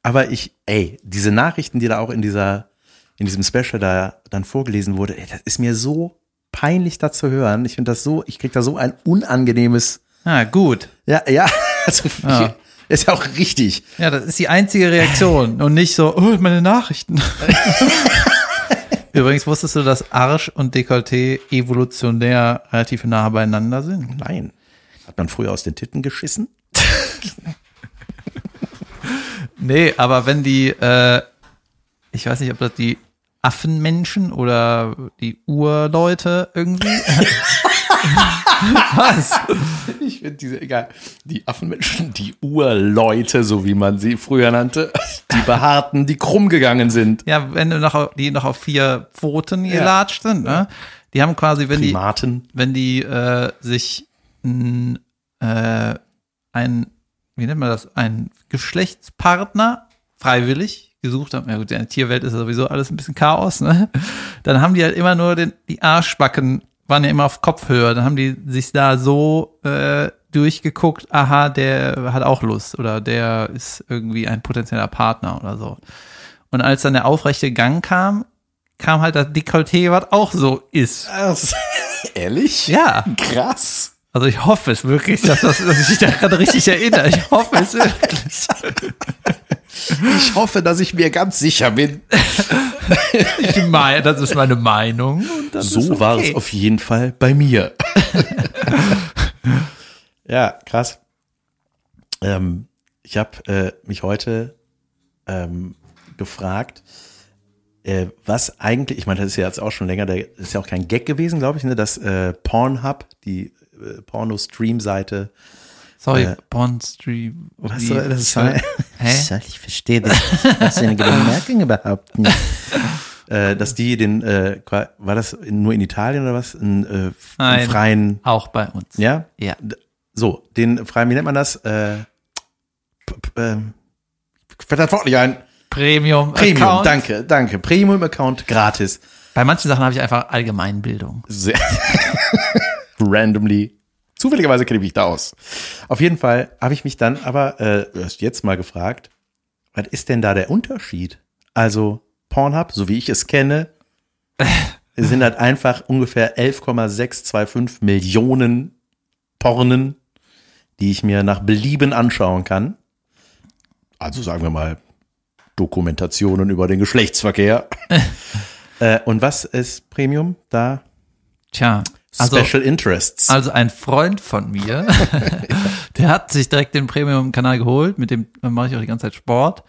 Aber ich, ey, diese Nachrichten, die da auch in dieser, in diesem Special da dann vorgelesen wurde, ey, das ist mir so peinlich, da zu hören. Ich finde das so, ich krieg da so ein unangenehmes,
Ah, gut.
ja, ja, also,
Ja.
ist ja auch richtig.
Ja, das ist die einzige Reaktion und nicht so, oh, meine Nachrichten. Übrigens wusstest du, dass Arsch und Dekolleté evolutionär relativ nah beieinander sind.
Nein. Hat man früher aus den Titten geschissen?
Nee, aber wenn die, äh, ich weiß nicht, ob das die Affenmenschen oder die Urleute irgendwie. Was?
Ich finde diese, egal, die Affenmenschen, die Urleute, so wie man sie früher nannte, die Behaarten, die krumm gegangen sind.
Ja, wenn du noch, auf- die noch auf vier Pfoten gelatscht sind, ne? Die haben quasi, wenn die,
Primaten.
wenn die äh, sich n, äh, ein, wie nennt man das, ein Geschlechtspartner freiwillig gesucht haben, ja gut, in der Tierwelt ist ja sowieso alles ein bisschen Chaos, ne? Dann haben die halt immer nur den, die Arschbacken waren ja immer auf Kopfhöhe, dann haben die sich da so äh, durchgeguckt, aha, der hat auch Lust oder der ist irgendwie ein potenzieller Partner oder so. Und als dann der aufrechte Gang kam, kam halt das Dekolleté, was auch so ist.
Ehrlich?
Ja.
Krass.
Also ich hoffe es wirklich, dass, das, dass ich mich daran richtig erinnere. Ich hoffe es wirklich.
Ich hoffe, dass ich mir ganz sicher bin.
Ich meine, das ist meine Meinung. Und das ist
So
okay.
war es auf jeden Fall bei mir. ja, krass. Ähm, ich habe äh, mich heute ähm, gefragt, äh, was eigentlich, ich meine, das ist ja jetzt auch schon länger, da ist ja auch kein Gag gewesen, glaube ich, ne, dass äh, Pornhub, die äh, Porno-Stream-Seite,
Sorry,
äh,
Bond Stream.
was
Wie-
soll das sein?
Hä?
Ich verstehe das. Was ist eine Bemerkung überhaupt nicht? Äh, dass die den, äh, qua- war das in- nur in Italien oder was? Einen, äh, f-
Nein.
einen freien,
Auch bei uns.
ja?
Ja.
D- So, den freien, wie nennt man das? Äh, p- p- ähm, fällt das Wort nicht ein.
Premium.
Premium,
Account.
danke, danke. Premium-Account, gratis.
Bei manchen Sachen habe ich einfach Allgemeinbildung.
Sehr randomly. Zufälligerweise kenne ich mich da aus. Auf jeden Fall habe ich mich dann aber äh, erst jetzt mal gefragt, was ist denn da der Unterschied? Also Pornhub, so wie ich es kenne, sind halt einfach ungefähr 11,625 Millionen Pornen, die ich mir nach Belieben anschauen kann. Also sagen wir mal Dokumentationen über den Geschlechtsverkehr. äh, und was ist Premium? Da
Tja, also,
Special Interests.
also ein Freund von mir, der hat sich direkt den Premium-Kanal geholt, mit dem mache ich auch die ganze Zeit Sport.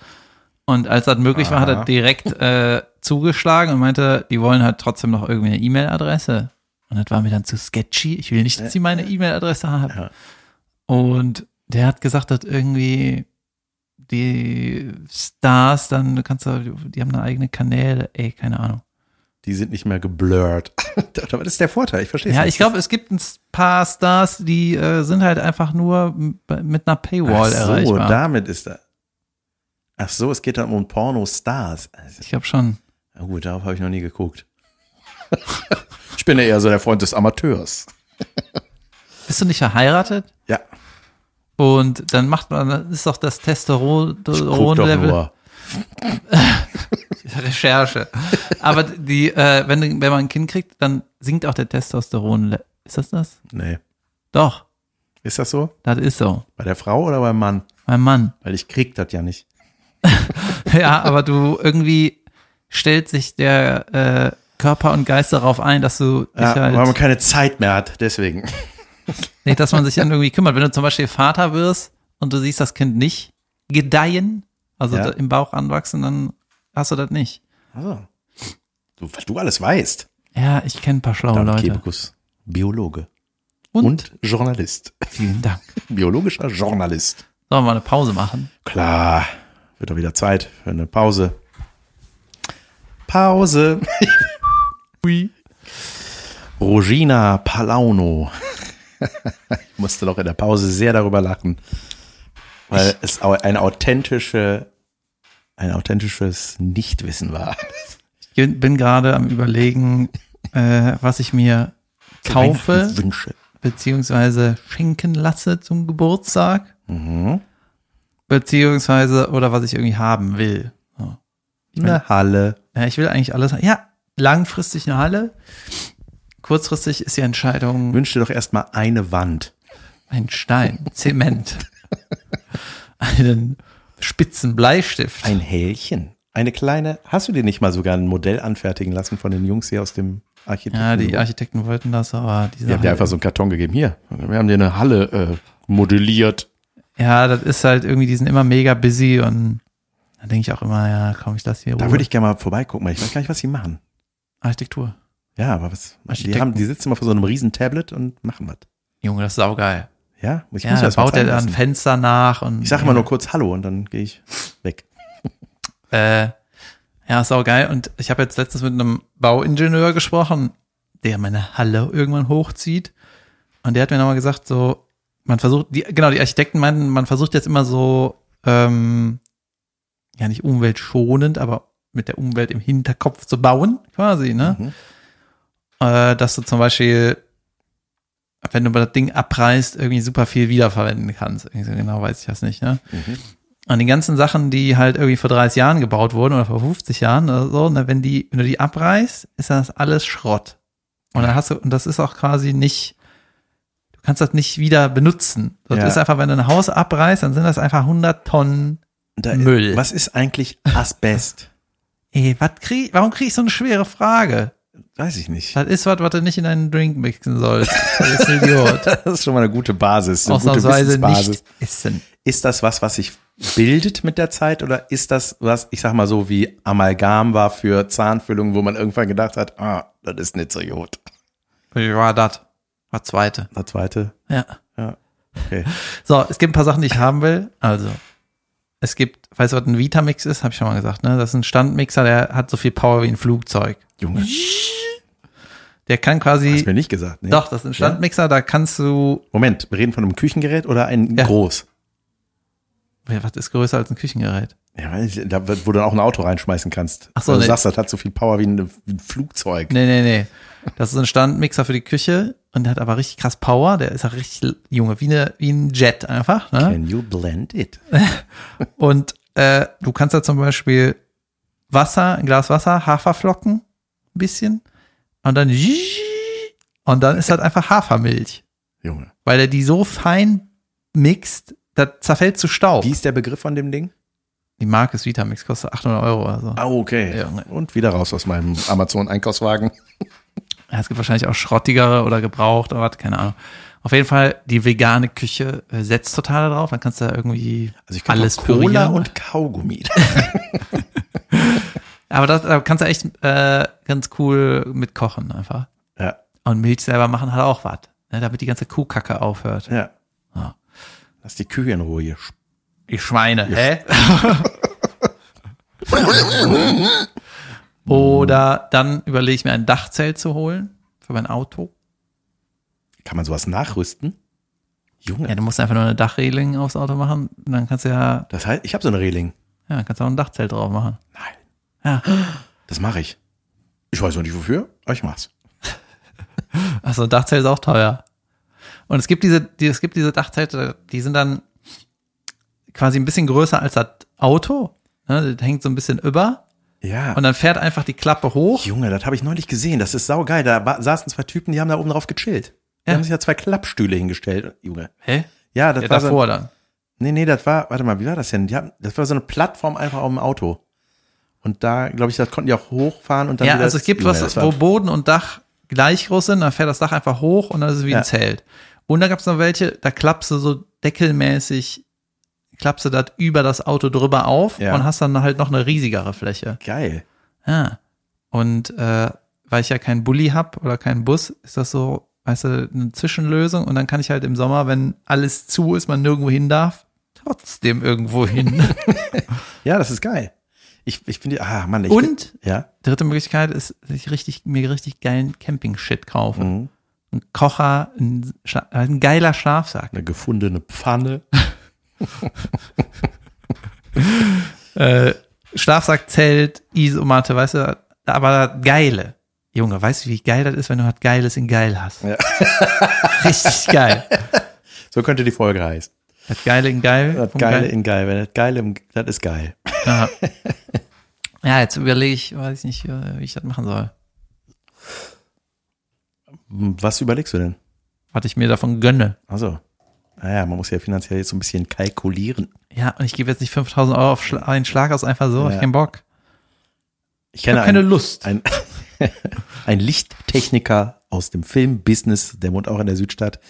Und als das möglich war, hat er
Aha.
direkt äh, zugeschlagen und meinte, die wollen halt trotzdem noch irgendwie eine E-Mail-Adresse. Und das war mir dann zu sketchy. Ich will nicht, dass sie meine E-Mail-Adresse haben.
Ja.
Und der hat gesagt, dass irgendwie die Stars dann, du kannst da, die haben eine eigene Kanäle, ey, keine Ahnung.
die sind nicht mehr geblurrt. Aber das ist der Vorteil, ich verstehe
Ja, ich glaube, es gibt ein paar Stars, die äh, sind halt einfach nur m- mit einer Paywall
Ach so,
erreichbar.
damit ist er. Ach so, es geht dann um Pornostars. Also,
Ich glaube schon.
na gut, darauf habe ich noch nie geguckt. ich bin ja eher so der Freund des Amateurs.
Bist du nicht verheiratet?
Ja,
Und dann macht man, dann ist doch das Also
guck doch
Testosteron-Level
nur.
Recherche. Aber die, äh, wenn, wenn man ein Kind kriegt, dann sinkt auch der Testosteron. Ist das das?
Nee.
Doch,
Ist das so?
das ist so.
Bei der Frau oder beim Mann?
Mein Mann.
Weil ich krieg das ja nicht.
Ja, aber du irgendwie stellt sich der äh, Körper und Geist darauf ein, dass du dich
Ja,
halt,
Weil man keine Zeit mehr hat, deswegen.
nee, dass man sich dann irgendwie kümmert. Wenn du zum Beispiel Vater wirst und du siehst das Kind nicht gedeihen, also
Ja.
da im Bauch anwachsen, dann hast du das nicht.
Also, du, was du alles weißt.
Ja, ich kenne ein paar schlaue
David
Oh, Leute.
Kebekus, Biologe
Und,
und Journalist.
vielen Dank.
Biologischer Journalist.
Sollen wir mal eine Pause machen?
Klar, wird doch wieder Zeit für eine Pause. Pause.
Hui.
Rogina Palauno. ich musste doch in der Pause sehr darüber lachen, weil es au- eine authentische, ein authentisches Nichtwissen war.
Ich bin gerade am überlegen, äh, was ich mir kaufe
Wünsche.
beziehungsweise schenken lasse zum Geburtstag
Mhm.
beziehungsweise oder was ich irgendwie haben will. So.
Eine Halle.
Ja, ich will eigentlich alles. Ja, langfristig eine Halle. Kurzfristig ist die Entscheidung
Wünsch dir doch erstmal eine Wand.
ein Stein, Zement, einen spitzen Bleistift.
Ein Hälchen. Eine kleine. Hast du dir nicht mal sogar ein Modell anfertigen lassen von den Jungs hier aus dem Architekten?
ja, die Architekten wollten das, aber die
Die haben dir
Sache-
einfach so einen Karton gegeben. Hier, wir haben dir eine Halle äh, modelliert.
Ja, das ist halt irgendwie, die sind immer mega busy und da denke ich auch immer, ja, komm, ich lasse hier
Da
Ruhe.
würde ich gerne mal vorbeigucken, weil ich weiß gar nicht, was sie machen.
Architektur.
Ja, aber was? Die,
Architekten.
haben, die sitzen immer vor so einem riesen Tablet und machen was.
Junge, das ist saugeil.
Ja, ich
ja,
mir
dann
das mal
baut er
zeigen
da ein
lassen.
Fenster nach und.
Ich sage immer nur kurz Hallo und dann gehe ich weg.
Äh, ja, saugeil. Und ich habe jetzt letztens mit einem Bauingenieur gesprochen, der meine Halle irgendwann hochzieht. Und der hat mir nochmal gesagt, so, man versucht, die, genau, die Architekten meinten, man versucht jetzt immer so, ähm, ja, nicht umweltschonend, aber mit der Umwelt im Hinterkopf zu bauen, quasi, ne?
Mhm.
äh, dass du zum Beispiel, wenn du das Ding abreißt, irgendwie super viel wiederverwenden kannst. Irgendwie so genau weiß ich das nicht, ne?
Mhm.
Und die ganzen Sachen, die halt irgendwie vor 30 Jahren gebaut wurden oder vor 50 Jahren oder so, ne, wenn die, wenn du die abreißt, ist das alles Schrott. Und dann hast du, und das ist auch quasi nicht, du kannst das nicht wieder benutzen. Das
Ja.
ist einfach, wenn du ein Haus abreißt, dann sind das einfach 100 Tonnen.
Da,
Müll.
Was ist eigentlich Asbest?
Ey, was krieg, warum krieg ich so eine schwere Frage?
Weiß ich nicht.
Das ist was, was du nicht in deinen Drink mixen sollst. Das ist ein Idiot.
Das ist schon mal eine gute Basis, eine gute
ausnahmsweise
Wissensbasis.
nicht essen.
Ist das was, was sich bildet mit der Zeit oder ist das was, ich sag mal so, wie Amalgam war für Zahnfüllungen, wo man irgendwann gedacht hat, ah, das ist nicht so gut.
Ja, das war zweite.
Der zweite,
Ja.
ja, okay.
So, es gibt ein paar Sachen, die ich haben will. Also, es gibt, weißt du, was ein Vitamix ist? Habe ich schon mal gesagt, ne? Das ist ein Standmixer, der hat so viel Power wie ein Flugzeug.
Junge,
Der kann
hast du
quasi,
mir nicht gesagt, ne?
doch, das ist ein Standmixer, da kannst du,
Moment, wir reden von einem Küchengerät oder einem
Ja.
groß?
Ja, was ist größer als ein Küchengerät?
Ja, weil ich- da, wird- wo du auch ein Auto reinschmeißen kannst.
Ach so, ne.
Weil du
nee.
sagst, das hat so viel Power wie ein, wie ein Flugzeug.
Nee, nee, nee. Das ist ein Standmixer für die Küche und der hat aber richtig krass Power. Der ist auch richtig, Junge, wie, eine, wie ein Jet einfach, ne?
Can you blend it?
Und äh, du kannst da zum Beispiel Wasser, ein Glas Wasser, Haferflocken, ein bisschen, und dann und dann ist halt einfach Hafermilch,
Junge.
weil er die so fein mixt, das zerfällt zu Staub.
Wie ist der Begriff von dem Ding?
Die Marke ist Vitamix, kostet 800 Euro oder so.
Ah, okay.
Ja, ne.
Und wieder raus aus meinem Amazon-Einkaufswagen.
Ja, es gibt wahrscheinlich auch schrottigere oder gebraucht oder was, keine Ahnung. Auf jeden Fall, die vegane Küche äh, setzt total darauf, dann kannst du da irgendwie
Also ich kann
alles
Cola
pürieren.
und Kaugummi.
Aber das, da kannst du echt äh, ganz cool mit kochen einfach.
ja,
Und Milch selber machen hat auch was, ne, damit die ganze Kuhkacke aufhört.
ja.
Ah.
Lass die Kühe in Ruhe. Ihr Sch-
Die Schweine, hä? Oder dann überlege ich mir ein Dachzelt zu holen für mein Auto.
Kann man sowas nachrüsten? Junge.
Ja, du musst einfach nur eine Dachreling aufs Auto machen und dann kannst du ja,
Das heißt, ich habe so eine Reling.
ja, dann kannst du auch ein Dachzelt drauf machen.
Nein.
Ja.
Das mache ich. Ich weiß noch nicht wofür, aber ich mach's.
Achso, ein Dachzelt ist auch teuer. Und es gibt diese, die, es gibt diese Dachzelte, die sind dann quasi ein bisschen größer als das Auto. Ne, das hängt so ein bisschen über
Ja.
und dann fährt einfach die Klappe hoch
Junge, das habe ich neulich gesehen. Das ist saugeil. Da wa- saßen zwei Typen, die haben da oben drauf gechillt. Die
Ja.
haben sich ja zwei Klappstühle hingestellt. Junge.
Hä?
Ja, das
Ja,
war so,
davor dann.
Nee, nee, das war, warte mal, wie war das denn? Die haben, das war so eine Plattform einfach auf dem Auto. Und da, glaube ich, das konnten die auch hochfahren und dann
Ja,
wieder
also es gibt
Junge,
was,
das war-
wo Boden und Dach gleich groß sind, dann fährt das Dach einfach hoch und dann ist es wie
Ja.
ein Zelt. Und dann gab es noch welche, da klappst du so deckelmäßig, klappst du das über das Auto drüber auf
Ja.
und hast dann halt noch eine riesigere Fläche.
geil.
Ja. Und äh, weil ich ja keinen Bulli hab oder keinen Bus, ist das so, weißt du, eine Zwischenlösung und dann kann ich halt im Sommer, wenn alles zu ist, man nirgendwo hin darf, trotzdem irgendwo hin.
Ja, das ist geil. Ich, ich finde, ah, Mann, ich
und
ja,
dritte Möglichkeit ist, dass ich richtig, mir richtig geilen Camping-Shit kaufe.
mhm.
ein Kocher, ein, Scha- ein geiler Schlafsack.
eine gefundene Pfanne.
Äh, Schlafsack, Zelt, Isomatte, weißt du, aber das Geile. Junge, weißt du, wie geil das ist, wenn du was Geiles in geil hast? Richtig geil.
So könnte die Folge heißen.
Das Geile in geil.
Das
vom
Geile
Geil-
in geil. Wenn das Geile im, das ist geil.
Ja. ja, jetzt überlege ich, weiß ich nicht, äh, wie ich das machen soll.
Hm, Was überlegst du denn?
Was ich mir davon gönne.
Also, naja, man muss ja finanziell jetzt so ein bisschen kalkulieren.
Ja, und ich gebe jetzt nicht 5000 Euro auf Schla einen Schlag aus, einfach so.
Ja.
Ich hab keinen Bock.
Ich
Ich
kenne
habe keine
einen,
Lust.
ein, ein Lichttechniker aus dem Filmbusiness, der wohnt auch in der Südstadt.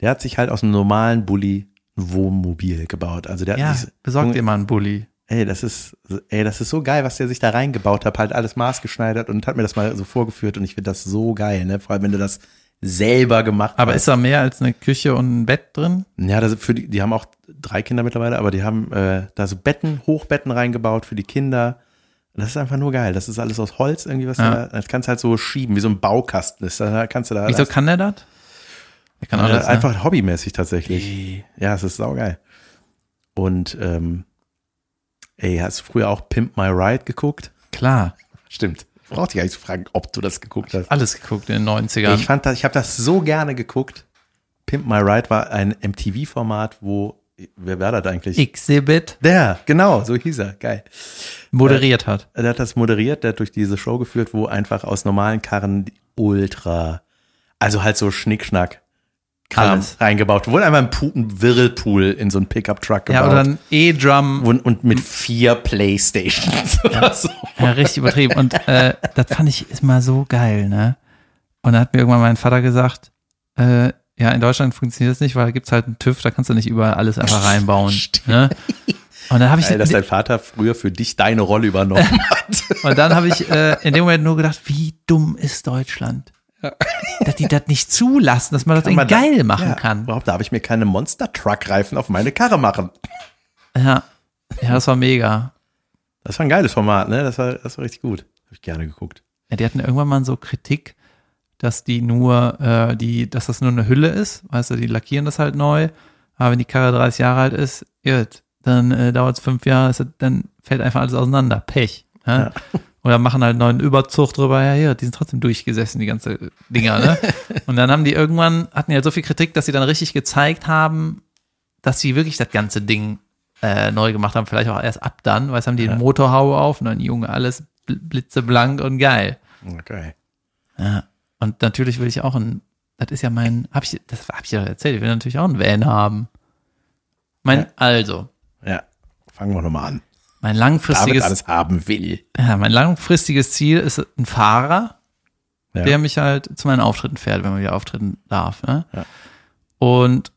Der hat sich halt aus einem normalen Bulli ein Wohnmobil gebaut. Also der
Ja,
hat sich,
besorgt dir mal einen Bulli.
ey, das ist, ey, das ist so geil, was der sich da reingebaut hat, halt alles maßgeschneidert und hat mir das mal so vorgeführt und ich finde das so geil, ne? Vor allem, wenn du das selber gemacht
Aber
hast.
ist da mehr als eine Küche und ein Bett drin?
Ja, das für die, die haben auch drei Kinder mittlerweile, aber die haben äh, da so Betten, Hochbetten reingebaut für die Kinder. Das ist einfach nur geil. Das ist alles aus Holz irgendwie, was
Ja.
da, das kannst du halt so schieben, wie so ein Baukasten ist. Da kannst du da
Wieso kann der das? Der kann
das,
alles. ne?
einfach hobbymäßig tatsächlich. Ja, es ist saugeil. Und ähm, ey, hast du früher auch Pimp My Ride geguckt?
ne? Klar.
Stimmt. Ich brauch dich gar nicht zu fragen, ob du das geguckt hast.
Alles geguckt in den 90ern.
Ich fand das, ich habe das so gerne geguckt. Pimp My Ride war ein MTV-Format, wo, wer war das eigentlich?
Exhibit
Der, genau, so hieß er. Geil.
moderiert hat.
Der hat das moderiert, der hat durch diese Show geführt, wo einfach aus normalen Karren die ultra, also halt so Schnickschnack Kram
Alles.
reingebaut. Wurde einmal ein, Pu ein Whirlpool in so einen Pickup-Truck
Ja,
gebaut.
oder ein E-Drum.
und, und mit vier Playstations oder so.
Ja, richtig übertrieben. Und äh, das fand ich immer so geil, ne? Und dann hat mir irgendwann mein Vater gesagt, äh, ja, in Deutschland funktioniert das nicht, weil da gibt's halt einen TÜV, da kannst du nicht überall alles einfach reinbauen. ne? Und dann habe ich,
Geil, dass dein Vater früher für dich deine Rolle übernommen hat.
und dann habe ich äh, in dem Moment nur gedacht, wie dumm ist Deutschland, dass die das nicht zulassen, dass man das in
man da-
geil machen
Ja,
kann.
Überhaupt darf ich mir keine Monster-Truck-Reifen auf meine Karre machen.
Ja, ja, das war mega.
Das war ein geiles Format, ne? Das war, das war richtig gut. Habe ich gerne geguckt.
Ja, die hatten irgendwann mal so Kritik, dass die nur, äh, die, dass das nur eine Hülle ist, weißt du, die lackieren das halt neu, aber wenn die Karre 30 Jahre alt ist, irrt, dann äh, dauert es fünf Jahre, ist, das- dann fällt einfach alles auseinander, Pech. Ne? Oder machen halt neuen Überzug drüber, ja, ja, die sind trotzdem durchgesessen, die ganze Dinger, ne? Und dann haben die irgendwann, hatten die halt so viel Kritik, dass sie dann richtig gezeigt haben, dass sie wirklich das ganze Ding äh, neu gemacht haben, vielleicht auch erst ab dann, weil es haben die
Ja.
den Motorhaube auf und dann Junge, alles bl- blitzeblank und geil.
Okay.
Ja. Und natürlich will ich auch ein, das ist ja mein, hab ich, das hab ich ja erzählt, ich will natürlich auch einen Van haben. Mein,
Ja.
also,
Ja, fangen wir nochmal an.
mein
David
langfristiges,
alles haben will.
ja, mein langfristiges Ziel ist ein Fahrer,
Ja.
der mich halt zu meinen Auftritten fährt, wenn man wieder auftreten darf. Ne?
Ja.
Und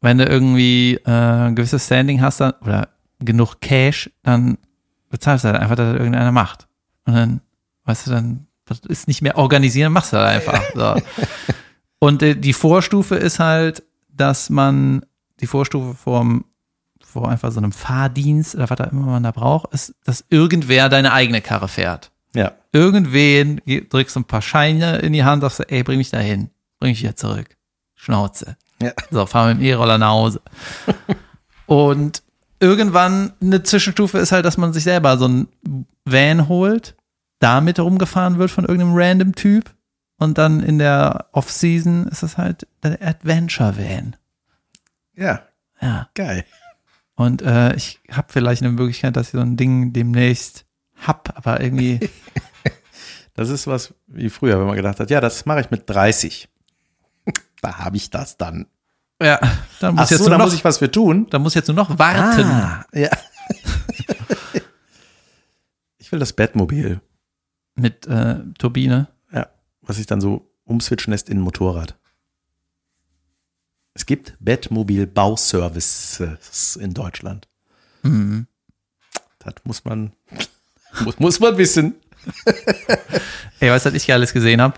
wenn du irgendwie äh, ein gewisses Standing hast dann, oder genug Cash, dann bezahlst du halt einfach, dass das irgendeiner macht. Und dann, weißt du, dann das ist nicht mehr organisieren, machst du halt einfach. So. Und äh, die Vorstufe ist halt, dass man die Vorstufe vom vor einfach so einem Fahrdienst oder was da immer man da braucht, ist, dass irgendwer deine eigene Karre fährt
Ja,
irgendwen ge- drückst ein paar Scheine in die Hand, sagst du, ey, bring mich dahin, bring mich hier zurück. Schnauze.
Ja.
So, fahr mit dem E-Roller nach Hause. Und irgendwann eine Zwischenstufe ist halt, dass man sich selber so ein Van holt, damit rumgefahren wird von irgendeinem random Typ und dann in der Off-Season ist es halt der Adventure-Van.
ja,
Ja.
geil.
Und äh, ich habe vielleicht eine Möglichkeit, dass ich so ein Ding demnächst hab, aber irgendwie
Das ist was wie früher, wenn man gedacht hat, ja, das mache ich mit 30. Da habe ich das dann.
Ja, dann muss
Ach
jetzt
so,
nur
da
noch,
muss ich Ah. was für tun.
da muss jetzt nur noch warten.
ja. ich will das Bettmobil,
Mit äh, Turbine.
was sich dann so umswitchen lässt in ein Motorrad. Es gibt Bettmobil-Bauservices in Deutschland.
Mhm.
Das muss man, muss, muss man wissen.
Ey, weißt du, was ich alles gesehen habe?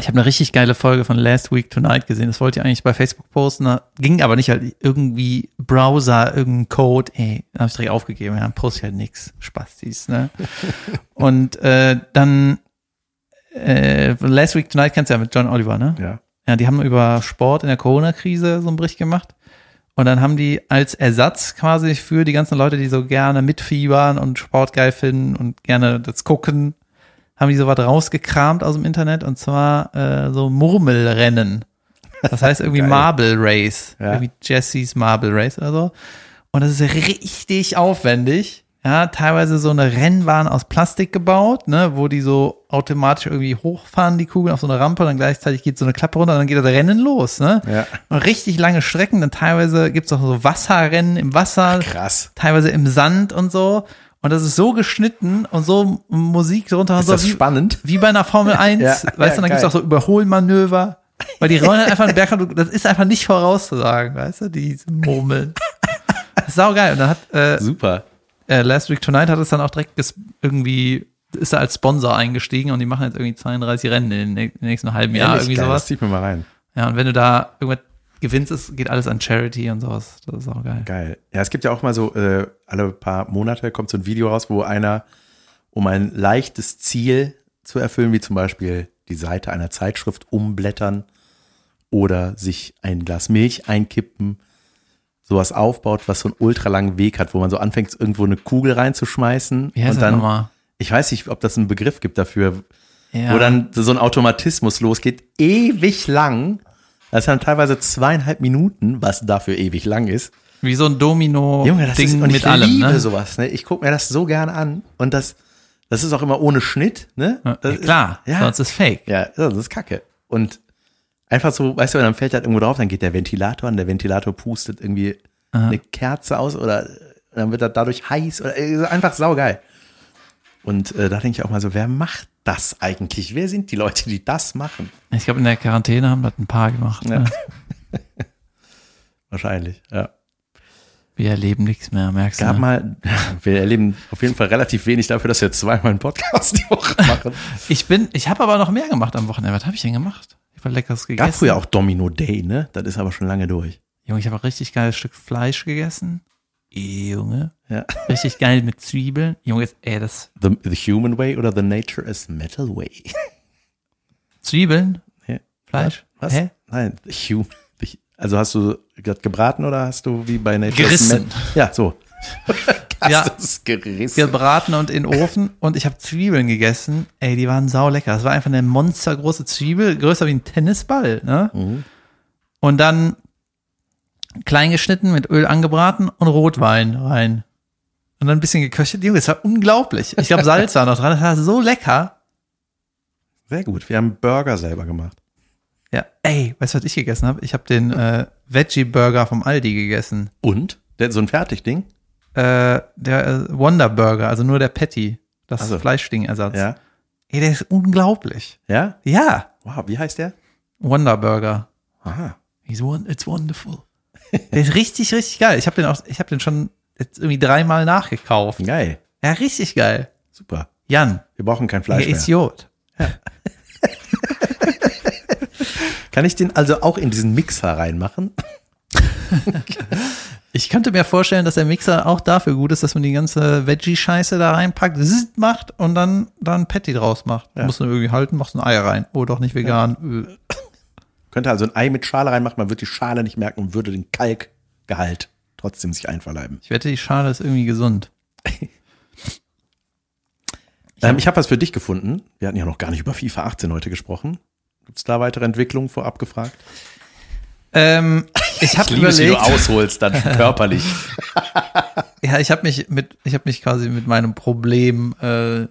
Ich habe eine richtig geile Folge von Last Week Tonight gesehen. Das wollte ich eigentlich bei Facebook posten. da Ging aber nicht, halt irgendwie Browser, irgendein Code. Ey, dann habe ich direkt aufgegeben. Ja, dann poste ich halt nix. Spastis, ne? Und äh, dann äh, Last Week Tonight kennst du ja mit John Oliver, ne?
Ja.
Ja, die haben über Sport in der Corona-Krise so einen Bericht gemacht. Und dann haben die als Ersatz quasi für die ganzen Leute, die so gerne mitfiebern und Sport geil finden und gerne das gucken, haben die sowas rausgekramt aus dem Internet und zwar äh, so Murmelrennen. Das heißt irgendwie
Geil.
Marble Race.
Ja.
Irgendwie Jessys Marble Race oder so. Und das ist richtig aufwendig. Ja, teilweise so eine Rennbahn aus Plastik gebaut, ne, wo die so automatisch irgendwie hochfahren, die Kugeln auf so eine Rampe, dann gleichzeitig geht so eine Klappe runter, dann geht das Rennen los, ne?
Ja.
Und richtig lange Strecken, dann teilweise gibt's auch so Wasserrennen im Wasser
Krass.
teilweise im Sand und so. Und das ist so geschnitten und so Musik drunter
Ist
und
das
so wie,
spannend?
wie bei einer Formel 1.
Ja,
weißt du, dann
ja,
gibt's
geil.
auch so Überholmanöver. Weil die rollen halt einfach einen Berg runter. Das ist einfach nicht vorauszusagen, weißt du, die Murmeln. Das ist saugeil. Und dann hat äh,
Super.
äh, Last Week Tonight hat es dann auch direkt ges- irgendwie, ist da als Sponsor eingestiegen und die machen jetzt irgendwie 32 Rennen in den nä- in den nächsten halben Jahr,
Ehrlich,
irgendwie
geil,
sowas.
Das zieht mir mal rein.
Ja, und wenn du da irgendwas gewinnst, es geht alles an Charity und sowas. Das ist auch geil.
Geil. Ja, es gibt ja auch mal so, äh, alle paar Monate kommt so ein Video raus, wo einer, um ein leichtes Ziel zu erfüllen, wie zum Beispiel die Seite einer Zeitschrift umblättern oder sich ein Glas Milch einkippen, sowas aufbaut, was so einen ultralangen Weg hat, wo man so anfängt, irgendwo eine Kugel reinzuschmeißen
Wie heißt
und
das
dann,
nochmal?
ich weiß nicht, ob das einen Begriff gibt dafür,
Ja.
wo dann so ein Automatismus losgeht, ewig lang. Das sind dann teilweise zweieinhalb Minuten, was dafür ewig lang ist.
Wie so ein Domino-Ding
Junge, das ist, und
mit
ich
allem,
liebe
ne?
sowas. Ne? Ich gucke mir das so gern an. Und das, das ist auch immer ohne Schnitt. Ne?
Ja,
Das
ja, klar,
Ist, ja,
sonst ist Fake.
ja, das ist kacke. Und einfach so, weißt du, dann fällt halt irgendwo drauf, dann geht der Ventilator an, der Ventilator pustet irgendwie eine Kerze aus oder dann wird das dadurch heiß oder äh, einfach saugeil. Und äh, da denke ich auch mal so, wer macht das eigentlich? Wer sind die Leute, die das machen?
Ich glaube, in der Quarantäne haben das ein paar gemacht.
Ja.
Ne?
Wahrscheinlich, ja.
Wir erleben nichts mehr, merkst
Gab
du. Ne?
mal, wir erleben auf jeden Fall relativ wenig dafür, dass wir zweimal einen Podcast die Woche machen.
Ich bin, ich habe aber noch mehr gemacht am Wochenende. Was habe ich denn gemacht? Ich habe leckeres gegessen.
Gab früher auch Domino Day, ne? Das ist aber schon lange durch.
Junge, ich habe ein richtig geiles Stück Fleisch gegessen. Eh, Junge.
Ja.
Richtig geil mit Zwiebeln. Junge, jetzt- ey, das
The, the Human Way oder The Nature is Metal Way?
Zwiebeln?
Ja.
Fleisch?
Was?
Hä?
Nein, the Human. the- Also hast du das gebraten oder hast du wie bei Nature is
Gerissen.
Metal? Ja, so. Hast
Ja.
du es gerissen.
gebraten und in den Ofen und ich habe Zwiebeln gegessen. Ey, die waren sau lecker. Das war einfach eine monstergroße Zwiebel, größer wie ein Tennisball. Ne?
Mhm.
Und dann klein geschnitten, mit Öl angebraten und Rotwein rein. Und dann ein bisschen geköchelt. Junge, das war unglaublich. Ich glaube, Salz war noch dran. Das war so lecker.
Sehr gut. Wir haben Burger selber gemacht.
Ja, ey, weißt du, was ich gegessen habe? Ich habe den äh, Veggie-Burger vom Aldi gegessen.
Und? Der, so ein Fertigding?
Äh, der äh, Wonder Burger, also nur der Patty, das
so.
Fleischdingersatz.
Ja.
Ey, der ist unglaublich.
Ja?
Ja,
Wow, wie heißt der?
Wonder Burger.
Aha.
He's one, it's wonderful. Der ist richtig, richtig geil. Ich habe den auch, ich habe den schon jetzt irgendwie dreimal nachgekauft.
Geil.
Ja, richtig geil.
Super.
Jan,
Wir brauchen kein
er
Fleisch
ist
mehr.
Jod.
Kann ich den also auch in diesen Mixer reinmachen?
Ich könnte mir vorstellen, dass der Mixer auch dafür gut ist, dass man die ganze Veggie-Scheiße da reinpackt, zzt macht und dann, dann Patty draus macht.
Ja.
Musst du irgendwie halten, machst ein Ei rein. Oh, doch nicht vegan. Äh,
Könnte also ein Ei mit Schale reinmachen, man würde die Schale nicht merken und würde den Kalkgehalt trotzdem sich einverleiben.
Ich wette, die Schale ist irgendwie gesund.
Ähm, ich habe was für dich gefunden. Wir hatten ja noch gar nicht über FIFA 18 heute gesprochen. Gibt es da weitere Entwicklungen vorab gefragt?
Ähm, ich habe überlegt,
ausholst, dann körperlich.
Ja, ich habe mich mit, ich habe mich quasi mit meinem Problem äh,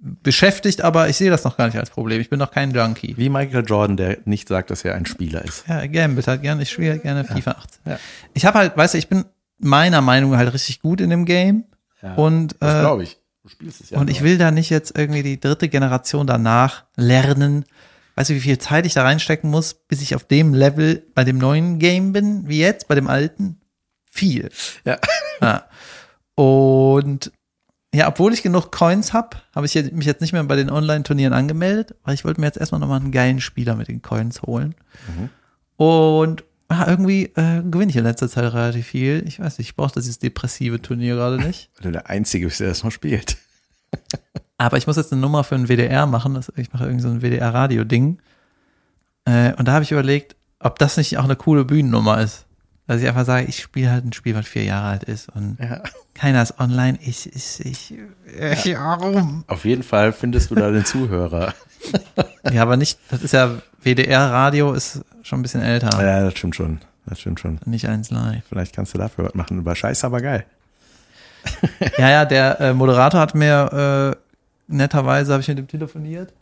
beschäftigt, aber ich sehe das noch gar nicht als Problem. Ich bin noch kein Junkie.
Wie Michael Jordan, der nicht sagt, dass er ein Spieler ist.
Ja, Gambit hat gerne, ich spiele halt gerne FIFA 18.
Ja.
Ich habe halt, weißt du, ich bin meiner Meinung nach halt richtig gut in dem Game und
das
äh,
glaube ich. Du spielst es ja.
und ich will da nicht jetzt irgendwie die dritte Generation danach lernen. Weißt du, wie viel Zeit ich da reinstecken muss, bis ich auf dem Level bei dem neuen Game bin, wie jetzt, bei dem alten? Viel.
Ja.
Ja. Und ja, obwohl ich genug Coins habe, habe ich jetzt- mich jetzt nicht mehr bei den Online-Turnieren angemeldet, weil ich wollte mir jetzt erstmal nochmal einen geilen Spieler mit den Coins holen. Und ah, irgendwie äh, gewinne ich in letzter Zeit relativ viel. Ich weiß nicht, ich brauche dieses depressive Turnier gerade nicht.
Weil du Also der Einzige bist, der das noch spielt.
Aber ich muss jetzt eine Nummer für ein WDR machen. Das, ich mache irgend so ein WDR-Radio-Ding. Äh, und da habe ich überlegt, ob das nicht auch eine coole Bühnennummer ist. dass ich einfach sage, ich spiele halt ein Spiel, was vier Jahre alt ist und
Ja.
keiner ist online. Ich, ich, ich, ich, warum?
Auf jeden Fall findest du da den Zuhörer.
Ja, aber nicht, das ist ja, WDR-Radio ist schon ein bisschen älter,
Ja, das stimmt schon. Das stimmt schon.
nicht eins live.
Vielleicht kannst du dafür was machen. Über Scheiß aber geil.
Ja, ja, der äh, Moderator hat mir äh, netterweise habe ich mit ihm telefoniert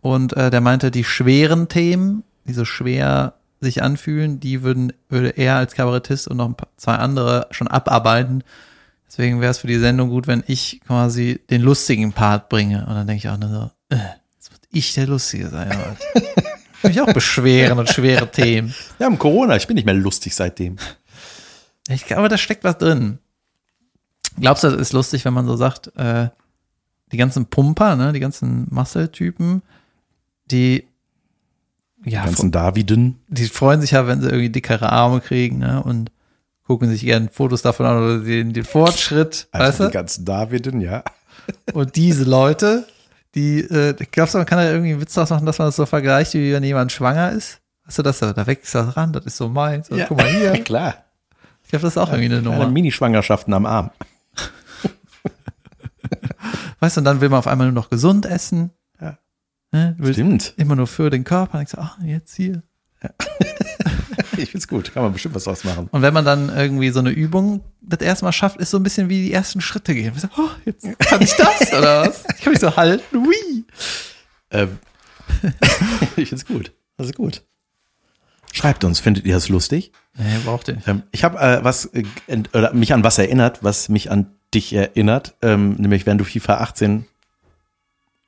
und äh, der meinte, die schweren Themen, die so schwer sich anfühlen, die würden würde er als Kabarettist und noch ein paar, zwei andere schon abarbeiten. Deswegen wäre es für die Sendung gut, wenn ich quasi den lustigen Part bringe. Und dann denke ich auch nur so, äh, jetzt wird ich der Lustige sein. aber Ich will mich auch beschweren und schwere Themen.
Ja, im Corona. Ich bin nicht mehr lustig seitdem.
Ich glaube, da steckt was drin. Glaubst du, das ist lustig, wenn man so sagt, äh, die ganzen Pumper, ne, die ganzen Muscle-Typen, die, ja,
Die ganzen Daviden.
die freuen sich ja, wenn sie irgendwie dickere Arme kriegen, ne, und gucken sich gerne Fotos davon an oder sehen den Fortschritt, weißt
Also die
du?
ganzen Daviden, ja.
Und diese Leute, die, äh, glaubst du, man kann da irgendwie einen Witz draus machen, dass man das so vergleicht, wie wenn jemand schwanger ist? Weißt du, das, da da wächst das ran, das ist so meins. Und Guck mal hier. Ich
Klar.
glaube, das ist auch irgendwie eine
Kleine
Nummer.
Minischwangerschaften am Arm.
Weißt du, und dann will man auf einmal nur noch gesund essen.
Ja.
Ne? Du willst
Stimmt.
immer nur für den Körper. Und ich so, ach, jetzt hier.
Ich find's gut. Kann man bestimmt was draus machen.
Und wenn man dann irgendwie so eine Übung das erste Mal schafft, ist so ein bisschen wie die ersten Schritte gehen. So, oh, jetzt kann ich das oder was? Ich kann mich so halten. Ui.
Ähm. ich find's gut. Das ist gut. Schreibt uns, findet ihr das lustig?
Nee, braucht den.
Ähm, ich habe äh, was äh, ent- oder mich an was erinnert, was mich an dich erinnert, ähm, nämlich wenn du FIFA 18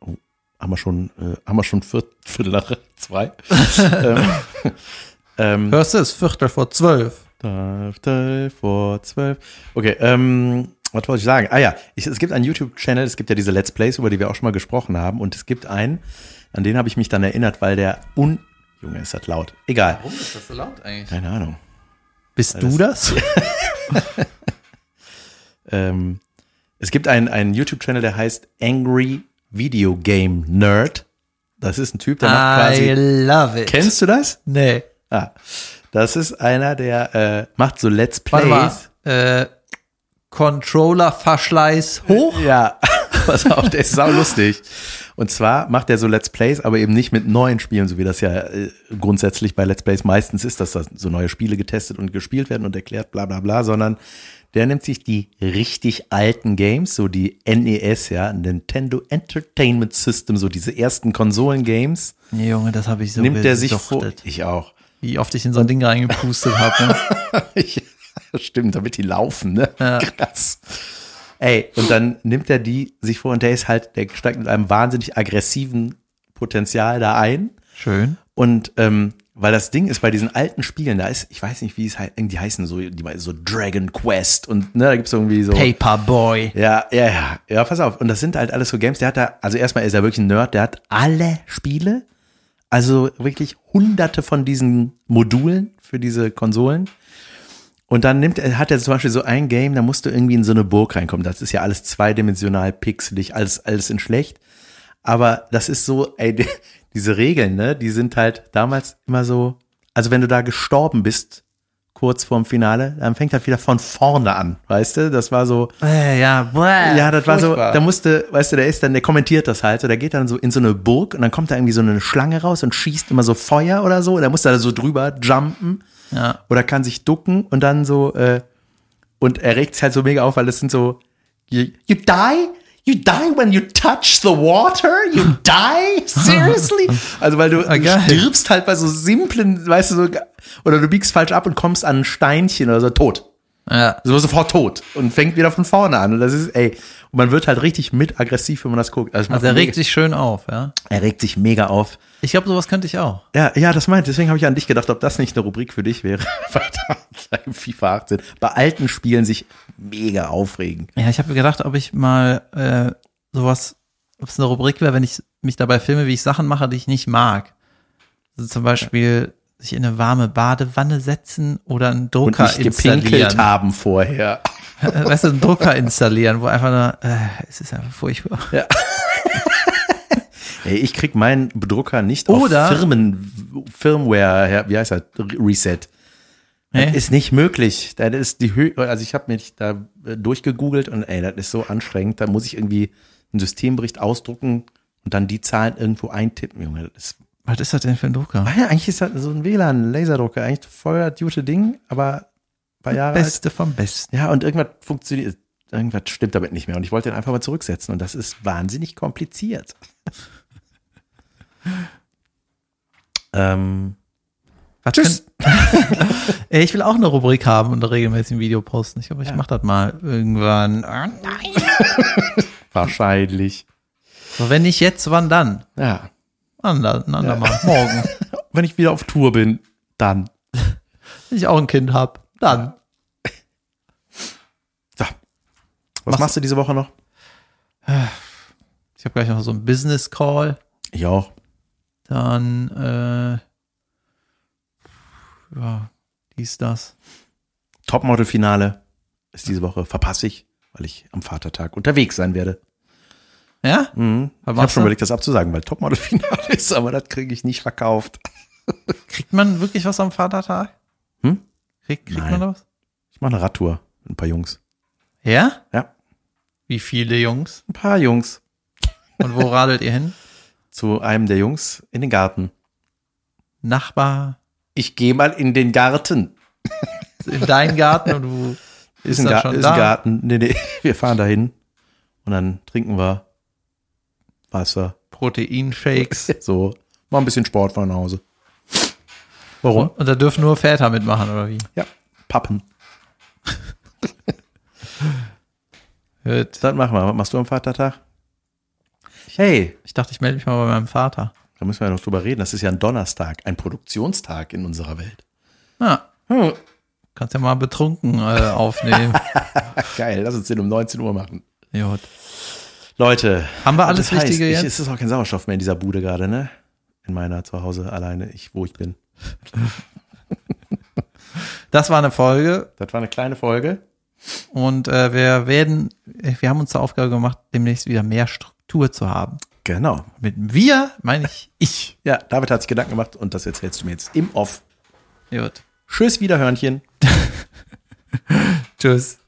oh, haben wir schon äh, haben wir schon viert, Viertel nach zwei. ähm, ähm,
Hörst du, es ist Viertel vor zwölf.
Viertel vor zwölf. Okay, ähm, was wollte ich sagen? Ah ja, ich, es gibt einen YouTube-Channel, es gibt ja diese Let's Plays, über die wir auch schon mal gesprochen haben. Und es gibt einen, an den habe ich mich dann erinnert, weil der un... Junge, ist das laut. Egal.
Warum ist das so laut eigentlich?
Keine Ahnung.
Bist du das?
Ähm, es gibt einen, einen YouTube-Channel, der heißt Angry Video Game Nerd. Das ist ein Typ, der macht
I
quasi.
love it.
Kennst du das?
Nee.
Ah, das ist einer, der äh, macht so Let's
Warte
Plays.
mal. Äh, Controller-Verschleiß hoch.
Ja, pass auf, der ist saulustig. Und zwar macht er so Let's Plays, aber eben nicht mit neuen Spielen, so wie das ja äh, grundsätzlich bei Let's Plays meistens ist, dass da so neue Spiele getestet und gespielt werden und erklärt, bla bla bla, sondern der nimmt sich die richtig alten Games, so die NES, ja, Nintendo Entertainment System, so diese ersten Konsolen-Games,
Nee, Junge, das habe ich so
nimmt er sich vor.
gesuchtet.
Ich auch.
Wie oft ich in so ein Ding reingepustet habe. Ne?
Ich, stimmt, damit die laufen, ne?
Ja.
Krass. Ey, und dann nimmt er die sich vor und der ist halt, der steigt mit einem wahnsinnig aggressiven Potenzial da ein.
Schön.
Und ähm, weil das Ding ist, bei diesen alten Spielen, da ist, ich weiß nicht, wie es halt, irgendwie heißen, so, die, so Dragon Quest und ne, da gibt's irgendwie so.
Paperboy.
Ja, ja, ja. Ja, pass auf. Und das sind halt alles so Games. Der hat da, also erstmal ist er wirklich ein Nerd, der hat alle Spiele. Also wirklich hunderte von diesen Modulen für diese Konsolen. Und dann nimmt, er- hat er zum Beispiel so ein Game, da musst du irgendwie in so eine Burg reinkommen. Das ist ja alles zweidimensional, pixelig, alles, alles in schlecht. Aber das ist so, ey, die, diese Regeln, ne, die sind halt damals immer so, also wenn du da gestorben bist, kurz vorm Finale, dann fängt halt wieder von vorne an, weißt du? Das war so,
Äh, ja, bäh,
ja, das war so,
furchtbar.
da musste, weißt du, der ist dann, der kommentiert das halt, so, der geht dann so in so eine Burg und dann kommt da irgendwie so eine Schlange raus und schießt immer so Feuer oder so, da muss er da so drüber jumpen
ja.
oder kann sich ducken und dann so, äh, und er regt sich halt so mega auf, weil das sind so, you, you die? You die when you touch the water? You die? Seriously? Also, weil du
Ah, geil.
stirbst halt bei so simplen, weißt du, so, oder du biegst falsch ab und kommst an ein Steinchen oder so, tot.
ja.
So sofort tot und fängt wieder von vorne an. Und das ist, ey, und man wird halt richtig mit aggressiv, wenn man das guckt. Also, es macht
Also er
mega-
regt sich schön auf, ja.
er regt sich mega auf.
Ich glaube, sowas könnte ich auch.
Ja, ja, das meint, deswegen habe ich an dich gedacht, ob das nicht eine Rubrik für dich wäre. Verdammt, beim FIFA 18. Bei alten Spielen sich mega aufregen.
Ja, ich habe gedacht, ob ich mal äh, sowas, ob es eine Rubrik wäre, wenn ich mich dabei filme, wie ich Sachen mache, die ich nicht mag. Also zum Beispiel sich in eine warme Badewanne setzen oder einen
Und
Drucker
nicht gepinkelt
installieren.
haben vorher.
Äh, Weißt du, einen Drucker installieren, wo einfach nur, äh, es ist einfach furchtbar.
Ey, ich krieg meinen Drucker nicht
Oder-
auf Firmen, Firmware, ja, wie heißt das? Reset.
Nee.
Das ist nicht möglich. Das ist die Höhe, also ich habe mich da äh, durchgegoogelt und ey, das ist so anstrengend. Da muss ich irgendwie einen Systembericht ausdrucken und dann die Zahlen irgendwo eintippen. Junge, das ist,
Was ist das denn für ein Drucker?
Ah ja, eigentlich ist das so ein WLAN, ein Laserdrucker, eigentlich voll das gute Ding, aber ein paar Jahre alt.
Beste vom Besten.
Ja, und irgendwas funktioniert, irgendwas stimmt damit nicht mehr. Und ich wollte den einfach mal zurücksetzen. Und das ist wahnsinnig kompliziert. ähm,
Was
Tschüss.
können- Ey, ich will auch eine Rubrik haben und regelmäßig ein Video posten. Ich glaube, ich
Ja. Oh,
mache das mal irgendwann. Ah, nein.
wahrscheinlich.
So, wenn nicht jetzt, wann dann?
Ja.
Ander, ein andermal. Morgen.
Wenn ich wieder auf Tour bin, dann.
Wenn ich auch ein Kind hab, dann.
So. Was machst du diese Woche noch?
Ich habe gleich noch so einen Business Call.
Ich auch.
Dann, äh, ja, dies, das.
Topmodel-Finale ist diese Woche. Verpasse ich, weil ich am Vatertag unterwegs sein werde.
Ja?
Mhm. Ich
Was
habe
machst
schon
du?
überlegt, das abzusagen, weil Topmodel-Finale ist, aber das kriege ich nicht verkauft.
Kriegt man wirklich was am Vatertag?
Hm?
Krieg, kriegt
Nein.
man da was?
Ich mache eine Radtour mit ein paar Jungs.
Ja?
Ja.
Wie viele Jungs?
Ein paar Jungs.
Und wo radelt ihr hin?
zu einem der Jungs in den Garten.
Nachbar?
Ich gehe mal in den Garten.
In deinen Garten und du
Ist,
Ist
ein,
er
Gar
schon
ist
da?
ein Garten. Nee, nee, wir fahren dahin und dann trinken wir Wasser.
Proteinshakes.
So, mal ein bisschen Sport von nach Hause. Warum?
Und da dürfen nur Väter mitmachen, oder wie?
Ja, Pappen.
Gut.
Das machen wir. Was machst du am Vatertag? Hey,
Ich dachte, ich melde mich mal bei meinem Vater.
da müssen wir ja noch drüber reden. Das ist ja ein Donnerstag, ein Produktionstag in unserer Welt.
Na,
Hm.
kannst ja mal betrunken äh, aufnehmen.
Geil, lass uns den um 19 Uhr machen.
Gut.
Leute,
Haben wir alles
das heißt,
Wichtige
ich,
jetzt?
Es ist auch kein Sauerstoff mehr in dieser Bude gerade, ne? In meiner zu Hause alleine, ich, wo ich bin.
Das war eine Folge
Das war eine kleine Folge.
und äh, wir werden, äh, wir haben uns zur Aufgabe gemacht, demnächst wieder mehr Struktur zu haben.
Genau.
Mit wir meine ich ich.
Ja, David hat sich Gedanken gemacht und das erzählst du mir jetzt im Off.
Gut.
Tschüss, Wiederhörnchen.
Tschüss.